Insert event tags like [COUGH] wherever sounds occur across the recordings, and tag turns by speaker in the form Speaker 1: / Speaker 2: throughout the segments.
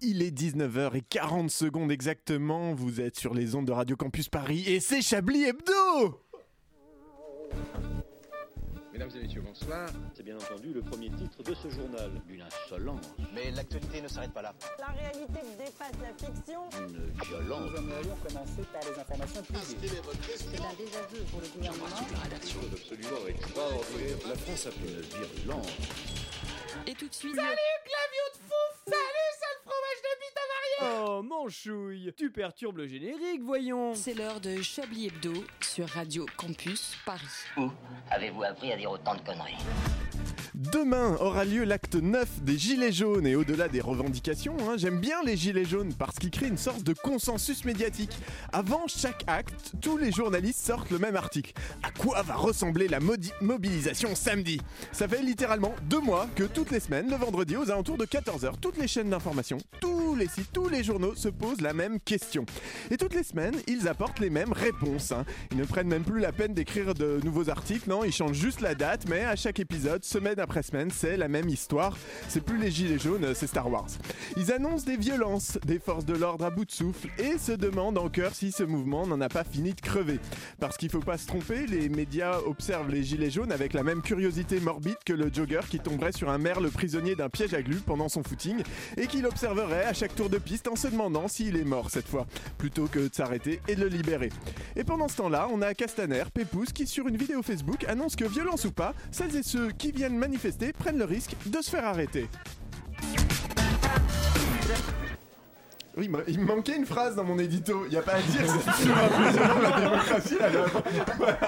Speaker 1: Il est 19h40 secondes exactement, vous êtes sur les ondes de Radio Campus Paris et c'est Chablis Hebdo
Speaker 2: Mesdames et messieurs, bonsoir.
Speaker 3: C'est bien entendu le premier titre de ce journal. Une insolence,
Speaker 4: Mais l'actualité ne s'arrête pas là.
Speaker 5: La réalité dépasse la fiction.
Speaker 3: une violence.
Speaker 6: Nous allons commencer par les informations privées.
Speaker 5: C'est un désaveu pour le gouvernement.
Speaker 7: Et tout de suite.
Speaker 8: Oh mon chouille Tu perturbes le générique, voyons
Speaker 7: C'est l'heure de Chablis Hebdo sur Radio Campus Paris.
Speaker 8: Oh.
Speaker 4: Où avez-vous appris à dire autant de conneries
Speaker 1: Demain aura lieu l'acte 9 des Gilets jaunes et au-delà des revendications, hein, j'aime bien les Gilets jaunes parce qu'ils créent une sorte de consensus médiatique. Avant chaque acte, tous les journalistes sortent le même article. À quoi va ressembler la modi- mobilisation samedi Ça fait littéralement deux mois que toutes les semaines, le vendredi aux alentours de 14h, toutes les chaînes d'information, tous les sites, tous les journaux se posent la même question. Et toutes les semaines, ils apportent les mêmes réponses. hein. Ils ne prennent même plus la peine d'écrire de nouveaux articles, non, ils changent juste la date, mais à chaque épisode, semaine après semaine, c'est la même histoire. C'est plus les gilets jaunes, c'est Star Wars. Ils annoncent des violences, des forces de l'ordre à bout de souffle, et se demandent en cœur si ce mouvement n'en a pas fini de crever. Parce qu'il faut pas se tromper, les médias observent les gilets jaunes avec la même curiosité morbide que le jogger qui tomberait sur un merle prisonnier d'un piège à glu pendant son footing, et qui l'observerait à chaque tour de piste en se demandant s'il est mort cette fois plutôt que de s'arrêter et de le libérer. Et pendant ce temps-là, on a Castaner, Pépouze, qui sur une vidéo Facebook annonce que, violence ou pas, celles et ceux qui viennent manifester prennent le risque de se faire arrêter. Oui, il me- il me manquait une phrase dans mon édito. Il n'y a pas à dire, c'est toujours un plaisir pour la démocratie à l'œuvre. Voilà.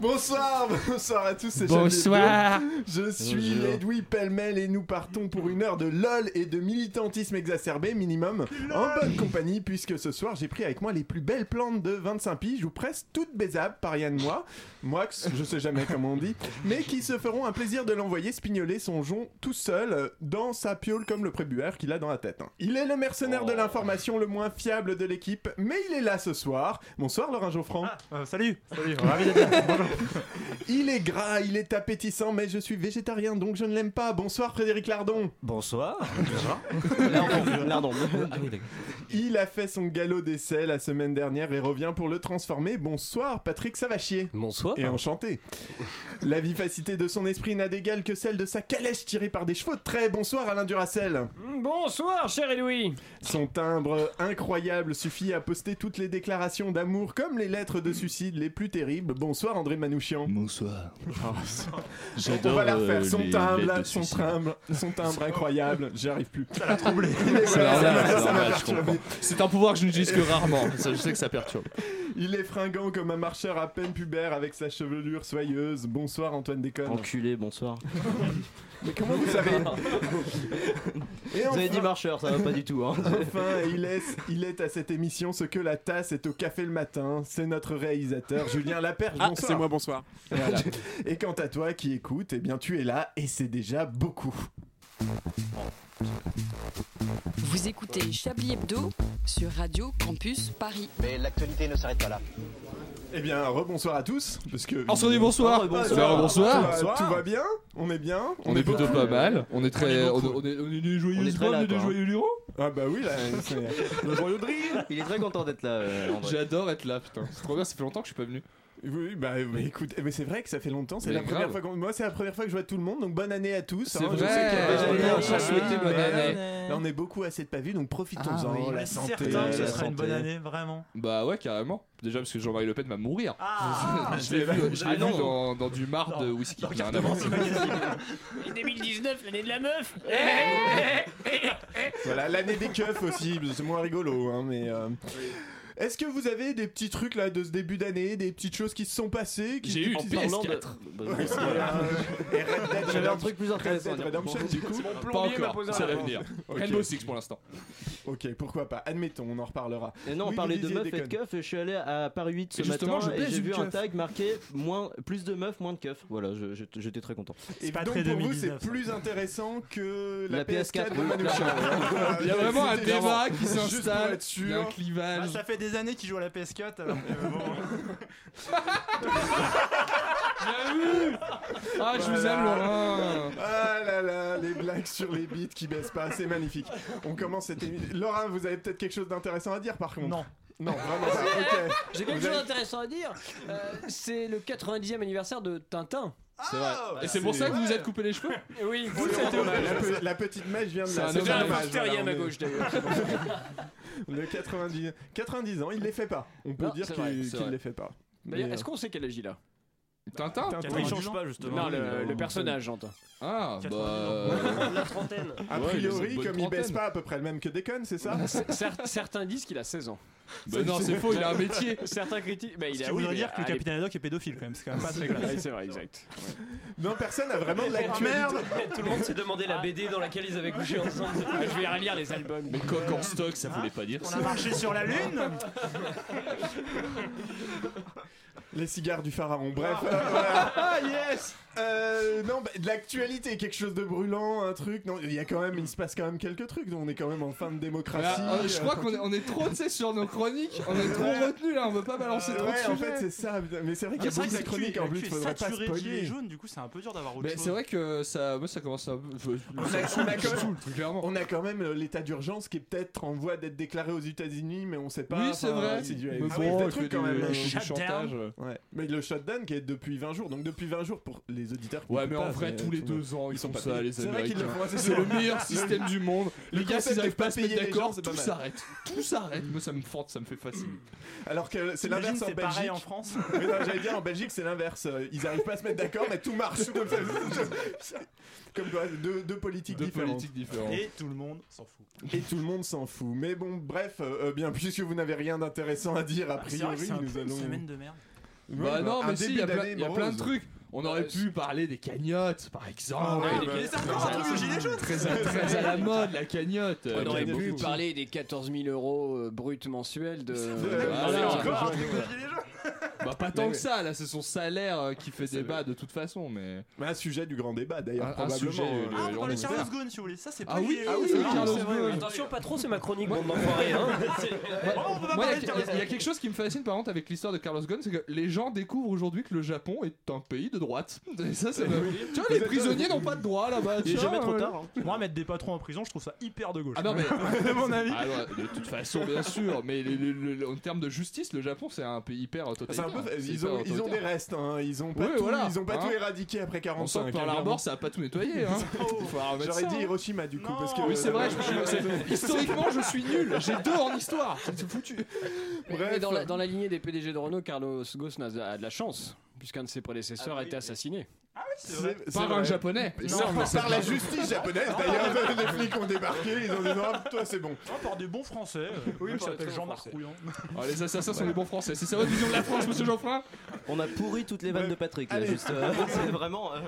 Speaker 1: Bonsoir, bonsoir à tous, c'est Jean
Speaker 8: Bonsoir
Speaker 1: je suis
Speaker 9: Bonjour.
Speaker 1: Edoui Pellemel et nous partons pour une heure de LOL et de militantisme exacerbé minimum en bonne compagnie puisque ce soir j'ai pris avec moi les plus belles plantes de 25 piges ou presque toutes baisables par Yann Moi, Moix, je sais jamais comment on dit, mais qui se feront un plaisir de l'envoyer spignoler son jonc tout seul euh, dans sa piole comme le prébuaire qu'il a dans la tête. hein. Il est le mercenaire de l'information le moins fiable de l'équipe, mais il est là ce soir. Bonsoir Laurent Geoffran.
Speaker 9: salut
Speaker 1: [LAUGHS] Il est gras, il est appétissant, mais je suis végétarien donc je ne l'aime pas. Bonsoir Frédéric Lardon.
Speaker 9: Bonsoir
Speaker 10: Ah
Speaker 1: Il a fait son galop d'essai la semaine dernière et revient pour le transformer. Bonsoir Patrick Savachier.
Speaker 9: Bonsoir
Speaker 1: Et enchanté. La vivacité de son esprit n'a d'égal que celle de sa calèche tirée par des chevaux de trait. Bonsoir Alain Duracel.
Speaker 8: Bonsoir, cher Edoui
Speaker 1: Son timbre incroyable suffit à poster toutes les déclarations d'amour comme les lettres de suicide les plus terribles. Bonsoir André Manouchian.
Speaker 9: Bonsoir
Speaker 1: On va la
Speaker 9: euh,
Speaker 1: refaire. Son
Speaker 9: les
Speaker 1: timbre,
Speaker 9: lettres
Speaker 1: là,
Speaker 9: de
Speaker 1: son
Speaker 9: suicide.
Speaker 1: timbre, son timbre incroyable. J'y arrive plus. Ça l'a [LAUGHS] troublé.
Speaker 9: C'est normal, c'est
Speaker 1: ça m'a
Speaker 9: normal, je
Speaker 1: perturbé.
Speaker 9: comprends. C'est un pouvoir que je n'utilise que rarement, Ça, je sais que ça perturbe.
Speaker 1: Il est fringant comme un marcheur à peine pubère avec sa chevelure soyeuse. Bonsoir Antoine Déconne.
Speaker 9: Enculé, bonsoir.
Speaker 1: Mais comment vous
Speaker 9: [LAUGHS]
Speaker 1: savez Et enfin,
Speaker 9: marcheur, ça va pas du tout hein.
Speaker 1: [LAUGHS] enfin, il est, il est à cette émission ce que la tasse est au café le matin. C'est notre réalisateur Julien Laperche. bonsoir.
Speaker 9: Ah, c'est moi, bonsoir.
Speaker 1: Voilà. Et quant à toi qui écoute, eh bien tu es là et c'est déjà beaucoup.
Speaker 7: Vous écoutez Chablis Hebdo sur Radio Campus Paris.
Speaker 4: Mais l'actualité ne s'arrête pas là.
Speaker 1: Eh bien, rebonsoir à tous, parce que.
Speaker 9: On se dit bonsoir Alors,
Speaker 1: Tout va-
Speaker 9: Bonsoir
Speaker 1: Tout va bien On est bien
Speaker 9: On est plutôt
Speaker 1: beaucoup.
Speaker 9: pas mal, on est très. On est- on est on est des joyeux
Speaker 8: On est très là,
Speaker 9: on est des
Speaker 8: quoi, hein.
Speaker 9: joyeux lurons
Speaker 1: Ah bah oui, là. c'est-
Speaker 9: [LAUGHS]
Speaker 8: Il est très content d'être là,
Speaker 9: euh, J'adore être là, putain. C'est trop bien, ça fait longtemps que je suis pas venu.
Speaker 1: Oui, bah, bah, écoute, eh, mais c'est vrai que ça fait longtemps. C'est
Speaker 9: Mais
Speaker 1: la première
Speaker 9: grave.
Speaker 1: fois qu'on- moi, c'est la première fois que je vois tout le monde. Donc bonne année à tous.
Speaker 9: C'est
Speaker 1: hein. Je
Speaker 9: vrai.
Speaker 1: sais qu'il y a déjà
Speaker 9: Bonne
Speaker 1: des gens
Speaker 9: année,
Speaker 1: qui ont
Speaker 9: souhaité
Speaker 1: souhaité
Speaker 9: bonne
Speaker 1: bonne
Speaker 9: année.
Speaker 1: année. Là, on est beaucoup à cette pavue, donc profitons-en.
Speaker 7: Ah oui.
Speaker 1: La santé. euh,
Speaker 9: certain que ce
Speaker 1: la
Speaker 9: sera
Speaker 1: santé.
Speaker 11: année, vraiment.
Speaker 9: Bah ouais, carrément. Déjà parce que Jean-Marie Le Pen va mourir.
Speaker 11: Ah
Speaker 9: [LAUGHS] je l'ai
Speaker 1: Ah,
Speaker 9: vu, je l'ai
Speaker 11: ah
Speaker 9: vu
Speaker 11: non.
Speaker 9: dans, dans du marre de whisky.
Speaker 11: dans
Speaker 9: rien à
Speaker 11: Carton
Speaker 9: voir.
Speaker 8: 2019, l'année de la meuf
Speaker 12: Eh
Speaker 1: Voilà, l'année des keufs aussi. C'est moins rigolo, hein, mais. euh, Est-ce que vous avez des petits trucs là de ce début d'année, des petites choses qui se sont passées qui-
Speaker 9: J'ai eu une
Speaker 1: qui- parlant de-
Speaker 9: PS4.
Speaker 10: Euh,
Speaker 1: Et Red Dead
Speaker 8: J'avais un truc plus
Speaker 1: Red
Speaker 8: intéressant.
Speaker 1: Dead Redemption, du coup.
Speaker 9: Pas
Speaker 8: plombier m'a
Speaker 9: encore,
Speaker 8: posé un
Speaker 9: ça va
Speaker 8: rapport.
Speaker 9: venir.
Speaker 1: Ok.
Speaker 9: Rainbow Six pour l'instant.
Speaker 1: Ok, pourquoi pas. Admettons, on en reparlera.
Speaker 8: Et non, on
Speaker 1: Oui, vous
Speaker 8: parlait de
Speaker 1: disiez
Speaker 8: meufs
Speaker 1: des
Speaker 8: et de keufs, et je suis allé à Paris 8 ce
Speaker 9: Et justement,
Speaker 8: matin
Speaker 9: je
Speaker 8: et
Speaker 9: baise
Speaker 8: j'ai
Speaker 9: une
Speaker 8: vu un
Speaker 9: keuf.
Speaker 8: tag marqué moins, plus de meufs, moins de keufs. Voilà, je- je- j'étais très content.
Speaker 1: Et
Speaker 11: pas
Speaker 1: donc
Speaker 11: très
Speaker 1: pour vous,
Speaker 11: 2019,
Speaker 1: c'est
Speaker 11: ça.
Speaker 1: plus intéressant que la,
Speaker 8: La PS4
Speaker 1: de
Speaker 8: oui,
Speaker 1: Manouchian.
Speaker 8: [LAUGHS]
Speaker 1: Ah
Speaker 9: Il y a vraiment un
Speaker 1: C'était vraiment-
Speaker 9: débat qui
Speaker 1: Juste pour
Speaker 9: s'installe.
Speaker 1: être
Speaker 9: Il y a un
Speaker 1: sûr.
Speaker 9: clivage.
Speaker 11: Bah, [LAUGHS] ça fait des années qu'il joue à la PS4. alors que, bon.
Speaker 9: Ah, je vous aime, Laurent.
Speaker 1: Ah là là, les blagues sur les beats qui baissent pas, c'est magnifique. On commence cette émission. Laura, vous avez peut-être quelque chose d'intéressant à dire par contre
Speaker 11: Non.
Speaker 1: Non, vraiment pas. Ok.
Speaker 8: J'ai
Speaker 1: Vous
Speaker 8: quelque chose
Speaker 1: avez-
Speaker 8: d'intéressant à dire. Euh, c'est le 90e anniversaire de Tintin.
Speaker 9: C'est vrai.
Speaker 8: Oh
Speaker 9: Et c'est pour ça que vous vous êtes coupé les cheveux
Speaker 8: Et oui,
Speaker 1: Oh,
Speaker 8: vous
Speaker 1: Laurent,
Speaker 8: c'était
Speaker 1: la, pe- la petite mèche vient de
Speaker 9: C'est
Speaker 1: là.
Speaker 9: un
Speaker 1: c'est
Speaker 9: hommage. hein,
Speaker 1: un hommage,
Speaker 8: C'était rien
Speaker 1: voilà,
Speaker 8: à
Speaker 1: on est-
Speaker 8: gauche d'ailleurs. [LAUGHS]
Speaker 1: [LAUGHS] Le 90, 90 ans, il les fait pas. On peut
Speaker 8: Non,
Speaker 1: dire
Speaker 8: c'est
Speaker 1: qu'il
Speaker 8: vrai,
Speaker 9: c'est
Speaker 1: qu'il
Speaker 9: vrai.
Speaker 1: les fait pas.
Speaker 8: D'ailleurs,
Speaker 1: Mais, euh,
Speaker 8: est-ce qu'on sait quel âge il a
Speaker 9: Tintin
Speaker 1: Tintin.
Speaker 11: Oui,
Speaker 8: Il
Speaker 11: il
Speaker 8: change
Speaker 11: change
Speaker 8: pas justement. Non,
Speaker 9: Oui,
Speaker 8: le,
Speaker 9: non.
Speaker 8: le personnage, j'entends.
Speaker 9: Ah,
Speaker 11: 90
Speaker 9: bah.
Speaker 11: ans.
Speaker 6: La trentaine.
Speaker 1: A
Speaker 9: Ouais, il a
Speaker 1: priori,
Speaker 9: une bonne
Speaker 1: comme il baisse
Speaker 9: trentaine.
Speaker 1: pas à peu près le même que Déconne, c'est ça
Speaker 8: Cer- Certains disent qu'il a 16 ans.
Speaker 9: Bah non, c'est faux, il a un métier.
Speaker 8: Certains critiquent. Bah, il
Speaker 11: Ce
Speaker 8: a
Speaker 11: qui
Speaker 8: oui,
Speaker 11: voudrait
Speaker 8: mais
Speaker 11: dire que le
Speaker 8: à
Speaker 11: capitaine Haddock est pédophile quand même, c'est quand même pas très
Speaker 8: l'époque-
Speaker 11: classe.
Speaker 8: Ouais, C'est vrai, exact.
Speaker 1: Non, personne n'a
Speaker 8: Oh,
Speaker 1: vraiment de l'actualité.
Speaker 8: [LAUGHS]
Speaker 6: Tout le monde s'est demandé la BD dans laquelle ils avaient couché ensemble.
Speaker 8: Ah, je vais relire les albums.
Speaker 9: Mais coq en stock, ça voulait pas dire
Speaker 11: On
Speaker 9: ça.
Speaker 11: a marché sur la lune
Speaker 1: Les cigares du pharaon, bref. euh, [LAUGHS] voilà.
Speaker 8: Ah yes
Speaker 1: Euh, non, bah, de l'actualité, quelque chose de brûlant, un truc. Non, il y a quand même, il se passe quand même quelques trucs. donc On est quand même en fin de démocratie.
Speaker 9: Ah, euh, je
Speaker 1: euh,
Speaker 9: crois qu'on est, on est trop, tu sais, sur nos chroniques, on est trop retenus là, on veut pas balancer trop
Speaker 1: Euh, ouais,
Speaker 9: de
Speaker 1: en
Speaker 9: sujets.
Speaker 1: fait, c'est ça. putain. Mais c'est vrai qu'il y a
Speaker 11: Ah, C'est
Speaker 1: beaucoup
Speaker 11: vrai que
Speaker 1: de
Speaker 11: l'actu-
Speaker 1: chroniques en
Speaker 11: l'actu
Speaker 1: plus.
Speaker 11: est
Speaker 1: Faudrait pas
Speaker 11: saturée de gilets
Speaker 1: spoiler.
Speaker 11: jaunes, du coup c'est un peu dur d'avoir autre
Speaker 9: Mais
Speaker 11: chose.
Speaker 9: c'est vrai que ça, moi ça commence à.
Speaker 1: on a quand même-
Speaker 9: clairement.
Speaker 1: On a quand même euh, l'état d'urgence qui est peut-être en voie d'être déclaré aux États-Unis, mais on sait pas.
Speaker 9: Oui, c'est
Speaker 1: Enfin,
Speaker 9: vrai.
Speaker 1: C'est du,
Speaker 9: Mais
Speaker 1: ah oui,
Speaker 9: bon,
Speaker 1: des
Speaker 9: avec
Speaker 1: trucs
Speaker 9: du-
Speaker 1: quand même.
Speaker 9: du
Speaker 1: euh,
Speaker 11: Shut
Speaker 9: chantage.
Speaker 1: ouais. Mais le shutdown qui est depuis 20 jours, donc depuis 20 jours pour les auditeurs. qui
Speaker 9: Ouais, mais
Speaker 1: n'écoutent
Speaker 9: en
Speaker 1: pas, euh,
Speaker 9: vrai, tous les
Speaker 1: tout-
Speaker 9: deux ans, ils sont pas ça, les
Speaker 1: C'est vrai qu'ils le
Speaker 9: Américains.
Speaker 1: font assez
Speaker 9: C'est le
Speaker 1: souvent.
Speaker 9: meilleur système du monde.
Speaker 1: Le
Speaker 9: Les gars,
Speaker 1: concept
Speaker 9: s'ils
Speaker 1: de
Speaker 9: arrivent pas
Speaker 1: pas
Speaker 9: à se mettre
Speaker 1: payer les gens,
Speaker 9: d'accord,
Speaker 1: c'est pas
Speaker 9: tout
Speaker 1: mal.
Speaker 9: s'arrête. Tout s'arrête. Moi, ça me forte, ça me fait facile.
Speaker 1: Alors que c'est
Speaker 11: T'imagines,
Speaker 1: l'inverse en
Speaker 11: c'est pareil
Speaker 1: Belgique. [LAUGHS]
Speaker 11: en France.
Speaker 1: Mais non, j'allais dire en Belgique, c'est l'inverse. Euh, Ils arrivent pas à se mettre d'accord, mais tout
Speaker 9: [LAUGHS]
Speaker 1: marche. Comme ça. Comme quoi, deux, deux politiques
Speaker 9: Deux
Speaker 1: différentes.
Speaker 9: politiques différentes.
Speaker 11: Et tout le monde s'en fout.
Speaker 1: Et tout le monde s'en fout. Mais bon, bref, euh, euh, bien, [LAUGHS] puisque vous n'avez rien d'intéressant à dire, a
Speaker 11: Ah, c'est vrai que
Speaker 1: priori,
Speaker 11: c'est un peu
Speaker 1: nous
Speaker 11: une
Speaker 1: allons.
Speaker 11: semaine de merde.
Speaker 1: Ouais,
Speaker 9: Bah non,
Speaker 1: un
Speaker 9: mais si, il y
Speaker 1: début
Speaker 9: a plein-
Speaker 1: d'année
Speaker 9: il y a plein de
Speaker 1: morose.
Speaker 9: trucs. On aurait pu parler des cagnottes, par
Speaker 1: Ah
Speaker 9: exemple.
Speaker 1: ouais,
Speaker 9: Des-
Speaker 1: bah,
Speaker 11: C'est encore un truc de gilet jaune
Speaker 9: Très à, très à
Speaker 1: [LAUGHS]
Speaker 9: la mode, la cagnotte.
Speaker 8: On
Speaker 9: Euh,
Speaker 8: aurait
Speaker 9: qui a
Speaker 8: pu
Speaker 9: beaucoup-
Speaker 8: parler des 14 000 euros euh, bruts
Speaker 1: [LAUGHS]
Speaker 8: mensuels de.
Speaker 1: Voilà.
Speaker 8: Euh, Voilà.
Speaker 9: C'est encore
Speaker 11: un truc de gilet jaune
Speaker 9: Bah pas tant que ça, là c'est son salaire euh, qui fait débat de toute façon, mais...
Speaker 1: Mais un sujet du grand débat d'ailleurs,
Speaker 9: Un- un
Speaker 1: probablement.
Speaker 9: sujet,
Speaker 1: euh,
Speaker 9: le-
Speaker 11: Ah, on
Speaker 9: on
Speaker 11: parlait de
Speaker 9: espère.
Speaker 11: Carlos Ghosn si vous voulez, ça c'est pas
Speaker 9: Ah oui,
Speaker 11: gilet
Speaker 9: ah
Speaker 11: jaune,
Speaker 9: oui,
Speaker 11: ça.
Speaker 9: oui, Carlos Ghosn.
Speaker 6: Attention, pas trop, c'est ma chronique, bande
Speaker 1: [LAUGHS]
Speaker 6: d'enfoirés. Hein.
Speaker 11: on peut pas
Speaker 9: Moi,
Speaker 11: parler
Speaker 9: il y,
Speaker 11: de
Speaker 9: a-
Speaker 11: Carlos
Speaker 9: il y a quelque chose qui me fascine par contre avec l'histoire de Carlos Ghosn, c'est que les gens découvrent aujourd'hui que le Japon est un pays de droite. [LAUGHS] Et ça, c'est le- Tu vois, les
Speaker 1: [LAUGHS]
Speaker 9: prisonniers n'ont pas de droit là-bas. tu vois, euh,
Speaker 11: Moi, mettre hein. des patrons en prison, je trouve ça hyper de gauche.
Speaker 9: Ah non, mais
Speaker 11: de mon avis.
Speaker 9: Ah, ouais, de toute façon, bien sûr, mais le- le- le- le- en termes de justice, le Japon c'est un pays hyper
Speaker 1: C'est
Speaker 9: totalitaire.
Speaker 1: un peu,
Speaker 9: Bah, C'est
Speaker 1: ils,
Speaker 9: hyper
Speaker 1: ont, ils ont des
Speaker 9: autoritaire.
Speaker 1: restes, hein. ils ont pas,
Speaker 9: Oui,
Speaker 1: tout,
Speaker 9: voilà,
Speaker 1: ils ont pas
Speaker 9: hein.
Speaker 1: tout éradiqué après
Speaker 9: On
Speaker 1: 45.
Speaker 9: sent que Pearl
Speaker 1: clairement.
Speaker 9: Harbor ça a pas
Speaker 1: [LAUGHS]
Speaker 9: tout nettoyé. Hein. Faut remettre
Speaker 1: J'aurais
Speaker 9: ça,
Speaker 1: dit
Speaker 9: hein.
Speaker 1: Hiroshima du coup,
Speaker 11: Non.
Speaker 1: parce que. euh,
Speaker 9: Oui, c'est vrai, je-
Speaker 1: [LAUGHS]
Speaker 9: je- c'est- historiquement je suis nul, j'ai deux en histoire, c'est foutu.
Speaker 8: Mais-
Speaker 1: Bref.
Speaker 8: mais dans, la, dans la lignée des PDG de Renault, Carlos Ghosn a, a de la chance, puisqu'un de ses prédécesseurs
Speaker 6: Ah
Speaker 8: a
Speaker 6: oui,
Speaker 8: été
Speaker 6: oui.
Speaker 8: assassiné.
Speaker 1: c'est
Speaker 11: vrai.
Speaker 1: c'est
Speaker 9: Par un
Speaker 1: vrai.
Speaker 9: japonais.
Speaker 1: Non, par la justice japonaise
Speaker 9: Ah.
Speaker 1: d'ailleurs, [LAUGHS] les flics ont débarqué, ils ont dit non, toi c'est bon.
Speaker 11: Ah, par des bons français. euh,
Speaker 8: Oui,
Speaker 11: Oui,
Speaker 8: par
Speaker 11: ça
Speaker 8: des très
Speaker 11: s'appelle
Speaker 8: bons
Speaker 11: Jean-Marc
Speaker 8: Français.
Speaker 11: Rouillon.
Speaker 9: Oh, les assassins sont les bons français, c'est ça votre vision de la France, monsieur Geoffrin
Speaker 13: On a pourri toutes les vannes de Patrick là,
Speaker 1: Allez.
Speaker 13: juste. euh, [LAUGHS] c'est vraiment. euh,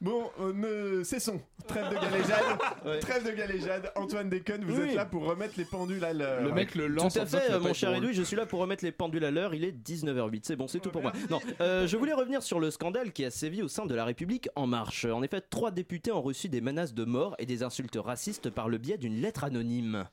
Speaker 1: Bon, euh, ne... cessons. Trêve de galéjade,
Speaker 13: Ouais.
Speaker 1: trêve de galéjade. Antoine Déconne, vous
Speaker 13: Oui.
Speaker 1: êtes là pour remettre les pendules à l'heure.
Speaker 9: Le mec le lance.
Speaker 13: Tout à
Speaker 9: en disant
Speaker 13: fait,
Speaker 9: qu'il a
Speaker 13: euh,
Speaker 9: pas
Speaker 13: mon
Speaker 9: été
Speaker 13: cher
Speaker 9: drôle.
Speaker 13: Edoui, je suis là pour remettre les pendules à l'heure. Il est 19h08. C'est bon, c'est tout pour moi.
Speaker 1: [LAUGHS]
Speaker 13: Non, euh, je voulais revenir sur le scandale qui a sévi au sein de la République En Marche. En effet, trois députés ont reçu des menaces de mort et des insultes racistes par le biais d'une lettre anonyme.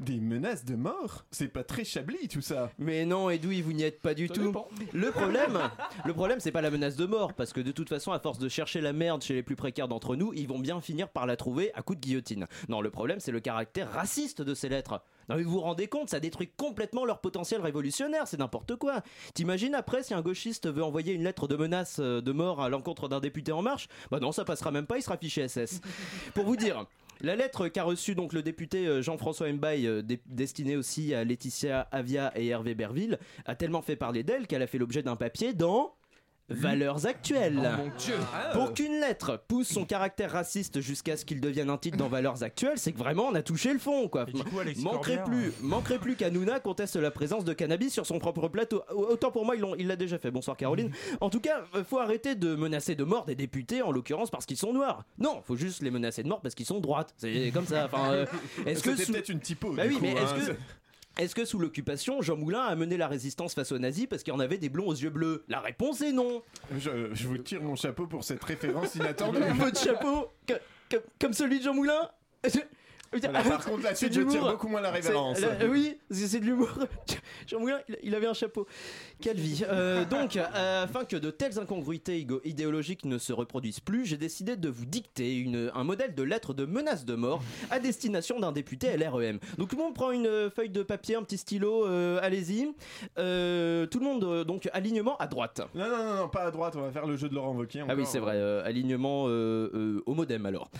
Speaker 1: Des menaces de mort C'est pas très chabli tout ça.
Speaker 13: Mais non, Edoui, vous n'y êtes pas du
Speaker 9: Ça
Speaker 13: tout.
Speaker 9: dépend.
Speaker 13: Le problème, [LAUGHS] le problème, c'est pas la menace de mort, parce que de toute façon, à force de chercher la merde chez les plus précaires d'entre nous, ils vont bien finir par la trouver à coup de guillotine. Non, le problème, c'est le caractère raciste de ces lettres. Non mais vous vous rendez compte, ça détruit complètement leur potentiel révolutionnaire, c'est n'importe quoi. T'imagines après si un gauchiste veut envoyer une lettre de menace euh, de mort à l'encontre d'un député en marche Bah non, ça passera même pas, il sera fiché SS. Pour vous dire, la lettre qu'a reçue donc le député euh, Jean-François Mbaye, euh, dé- destinée aussi à Laetitia Avia et Hervé Berville, a tellement fait parler d'elle qu'elle a fait l'objet d'un papier dans Valeurs
Speaker 9: Oh
Speaker 13: actuelles.
Speaker 9: mon dieu.
Speaker 13: Pour qu'une lettre pousse son caractère raciste jusqu'à ce qu'il devienne un titre dans Valeurs actuelles, c'est que vraiment on a touché le fond quoi.
Speaker 11: Et du coup, Alexis
Speaker 13: Manquerait
Speaker 11: Corbière,
Speaker 1: hein.
Speaker 13: plus, manquerait plus qu'Anouna conteste la présence de cannabis sur son propre plateau. Autant pour moi, ils l'ont- il l'a déjà fait. Bonsoir Caroline.
Speaker 1: Mm-hmm.
Speaker 13: En tout cas, euh, faut arrêter de menacer de mort des députés, en l'occurrence parce qu'ils sont noirs. Non, faut juste les menacer de mort parce qu'ils sont de droite. C'est comme ça.
Speaker 1: [LAUGHS]
Speaker 13: Enfin, euh, est-ce que
Speaker 1: C'était
Speaker 13: sous-
Speaker 1: peut-être une typo.
Speaker 13: Bah
Speaker 1: du
Speaker 13: oui,
Speaker 1: coup,
Speaker 13: mais
Speaker 1: hein.
Speaker 13: est-ce que, est-ce que sous l'occupation, Jean Moulin a mené la résistance face aux nazis parce qu'il y en avait des blonds aux yeux bleus La réponse est non.
Speaker 1: je, je vous tire mon
Speaker 13: [LAUGHS]
Speaker 1: chapeau pour cette référence inattendue. [LAUGHS]
Speaker 13: Votre chapeau, que- que- comme celui de Jean Moulin
Speaker 1: Voilà, par contre, là-dessus,
Speaker 14: C'est de
Speaker 1: je tire
Speaker 14: l'humour.
Speaker 1: beaucoup moins la révérence.
Speaker 14: C'est- là, euh, oui, parce que c'est de
Speaker 13: [LAUGHS]
Speaker 14: l'humour. Jean Moulin, il- il avait un chapeau.
Speaker 13: Quelle vie Euh, Donc, euh, afin que de telles incongruités igo- idéologiques ne se reproduisent plus, j'ai décidé de vous dicter une- un modèle de lettre de menace de mort à destination d'un député LREM. Donc, tout le monde prend une euh, feuille de papier, un petit stylo, euh, allez-y. Euh, tout le monde, euh, donc, alignement à droite.
Speaker 1: Non, non, non, non, pas à droite, on va faire le jeu de Laurent Wauquiez. hein.
Speaker 13: Ah oui, c'est vrai, euh, alignement euh, euh, au modem alors.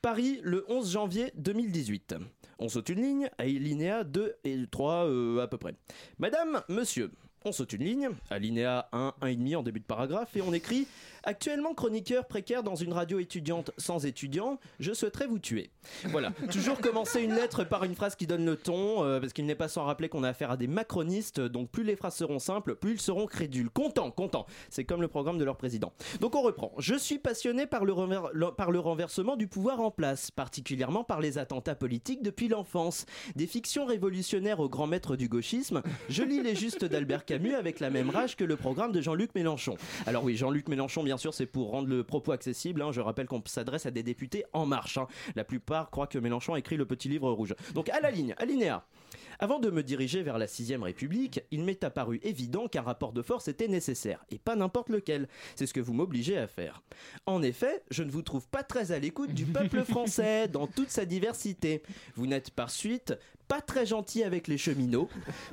Speaker 13: Paris, le 11 janvier 2018. On saute une ligne, alinéa 2 et 3 euh, à peu près. Madame, monsieur, on saute une ligne, alinéa 1, 1,5 en début de paragraphe, et on écrit Actuellement chroniqueur précaire dans une radio étudiante sans étudiant, je souhaiterais vous tuer. Voilà, toujours commencer une lettre par une phrase qui donne le ton, euh, parce qu'il n'est pas sans rappeler qu'on a affaire à des macronistes, donc plus les phrases seront simples, plus ils seront crédules. Content, content. C'est comme le programme de leur président. Donc on reprend. Je suis passionné par le, renver- le- par le renversement du pouvoir en place, particulièrement par les attentats politiques depuis l'enfance. Des fictions révolutionnaires au grand maître du gauchisme, je lis les justes d'Albert Camus avec la même rage que le programme de Jean-Luc Mélenchon. Alors oui, Jean-Luc Mélenchon, bien sûr, c'est pour rendre le propos accessible. hein. Je rappelle qu'on s'adresse à des députés en marche. hein. La plupart croient que Mélenchon a écrit le petit livre rouge. Donc à la ligne, alinéa. Avant de me diriger vers la 6ème République, il m'est apparu évident qu'un rapport de force était nécessaire, et pas n'importe lequel. C'est ce que vous m'obligez à faire. En effet, je ne vous trouve pas très à l'écoute du peuple français, dans toute sa diversité. Vous n'êtes par suite pas très gentil avec les cheminots,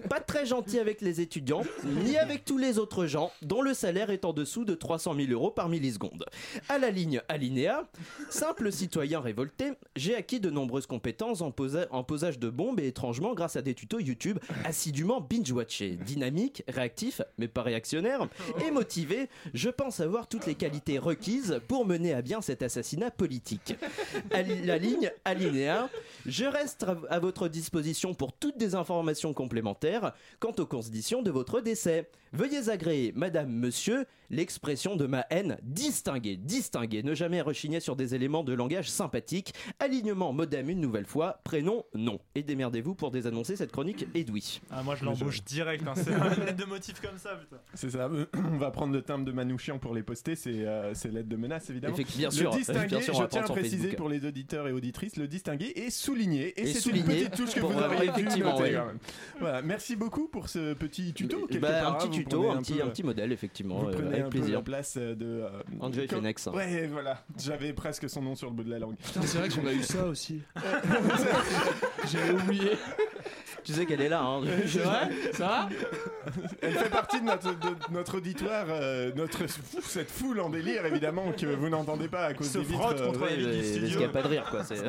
Speaker 13: pas très gentil avec les étudiants, ni avec tous les autres gens, dont le salaire est en dessous de 300 000 euros par milliseconde. À la ligne alinéa, simple citoyen révolté, j'ai acquis de nombreuses compétences en, posa- en posage de bombes et étrangement grâce à des tutos YouTube assidûment binge-watchés. Dynamique, réactif, mais pas réactionnaire, et motivé, je pense avoir toutes les qualités requises pour mener à bien cet assassinat politique. À li- la ligne alinéa, je reste à- à votre disposition pour toutes des informations complémentaires quant aux conditions de votre décès. Veuillez agréer, madame, monsieur, l'expression de ma haine distinguée, distinguée, ne jamais rechigner sur des éléments de langage sympathique, alignement modem une nouvelle fois, prénom non. Et démerdez-vous pour désannoncer cette chronique Edoui.
Speaker 11: Ah, moi je l'embauche direct, hein,
Speaker 9: [LAUGHS]
Speaker 11: c'est une lettre de motif comme ça, putain.
Speaker 1: C'est ça, [CLEARS THROAT] euh, on va prendre le timbre de Manouchian pour les poster, c'est euh, c'est l'aide de menace évidemment.
Speaker 13: Effectivement, bien
Speaker 1: le
Speaker 13: sûr,
Speaker 1: distinguer,
Speaker 13: bien sûr, on
Speaker 1: je
Speaker 13: va
Speaker 1: tiens
Speaker 13: prendre
Speaker 1: à
Speaker 13: sur
Speaker 1: préciser
Speaker 13: Facebook.
Speaker 1: pour les auditeurs et auditrices, le distinguer et souligner. Et,
Speaker 13: Et
Speaker 1: c'est une
Speaker 13: souligner
Speaker 1: petite touche que
Speaker 13: pour
Speaker 1: vous
Speaker 13: avoir
Speaker 1: avez dû
Speaker 13: effectivement,
Speaker 1: noter,
Speaker 13: oui.
Speaker 1: quand même. Voilà, merci beaucoup pour ce petit tuto. quelque
Speaker 13: Bah,
Speaker 1: part,
Speaker 13: un
Speaker 1: hein,
Speaker 13: petit
Speaker 1: vous
Speaker 13: tuto,
Speaker 1: prenez
Speaker 13: un petit,
Speaker 1: peu,
Speaker 13: un petit modèle, effectivement,
Speaker 1: Vous
Speaker 13: euh,
Speaker 1: prenez
Speaker 13: avec
Speaker 1: un peu
Speaker 13: plaisir.
Speaker 1: la place euh, de. euh,
Speaker 13: André
Speaker 1: comme-
Speaker 13: Phoenix, hein.
Speaker 1: Ouais, voilà. J'avais presque son nom sur le bout de la langue.
Speaker 9: c'est vrai qu'on a eu
Speaker 1: [LAUGHS]
Speaker 9: ça aussi.
Speaker 13: J'avais oublié. Tu sais qu'elle est là, [LAUGHS] hein.
Speaker 1: [LAUGHS] C'est vrai
Speaker 9: Ça
Speaker 1: Elle fait partie de notre, de notre auditoire, euh, notre, fou- cette foule en délire évidemment que vous n'entendez pas à cause
Speaker 13: Se
Speaker 1: des vitres.
Speaker 13: frotte
Speaker 1: euh,
Speaker 13: contre les vitres du Ouais, studio. l'escape à de rire, quoi, c'est-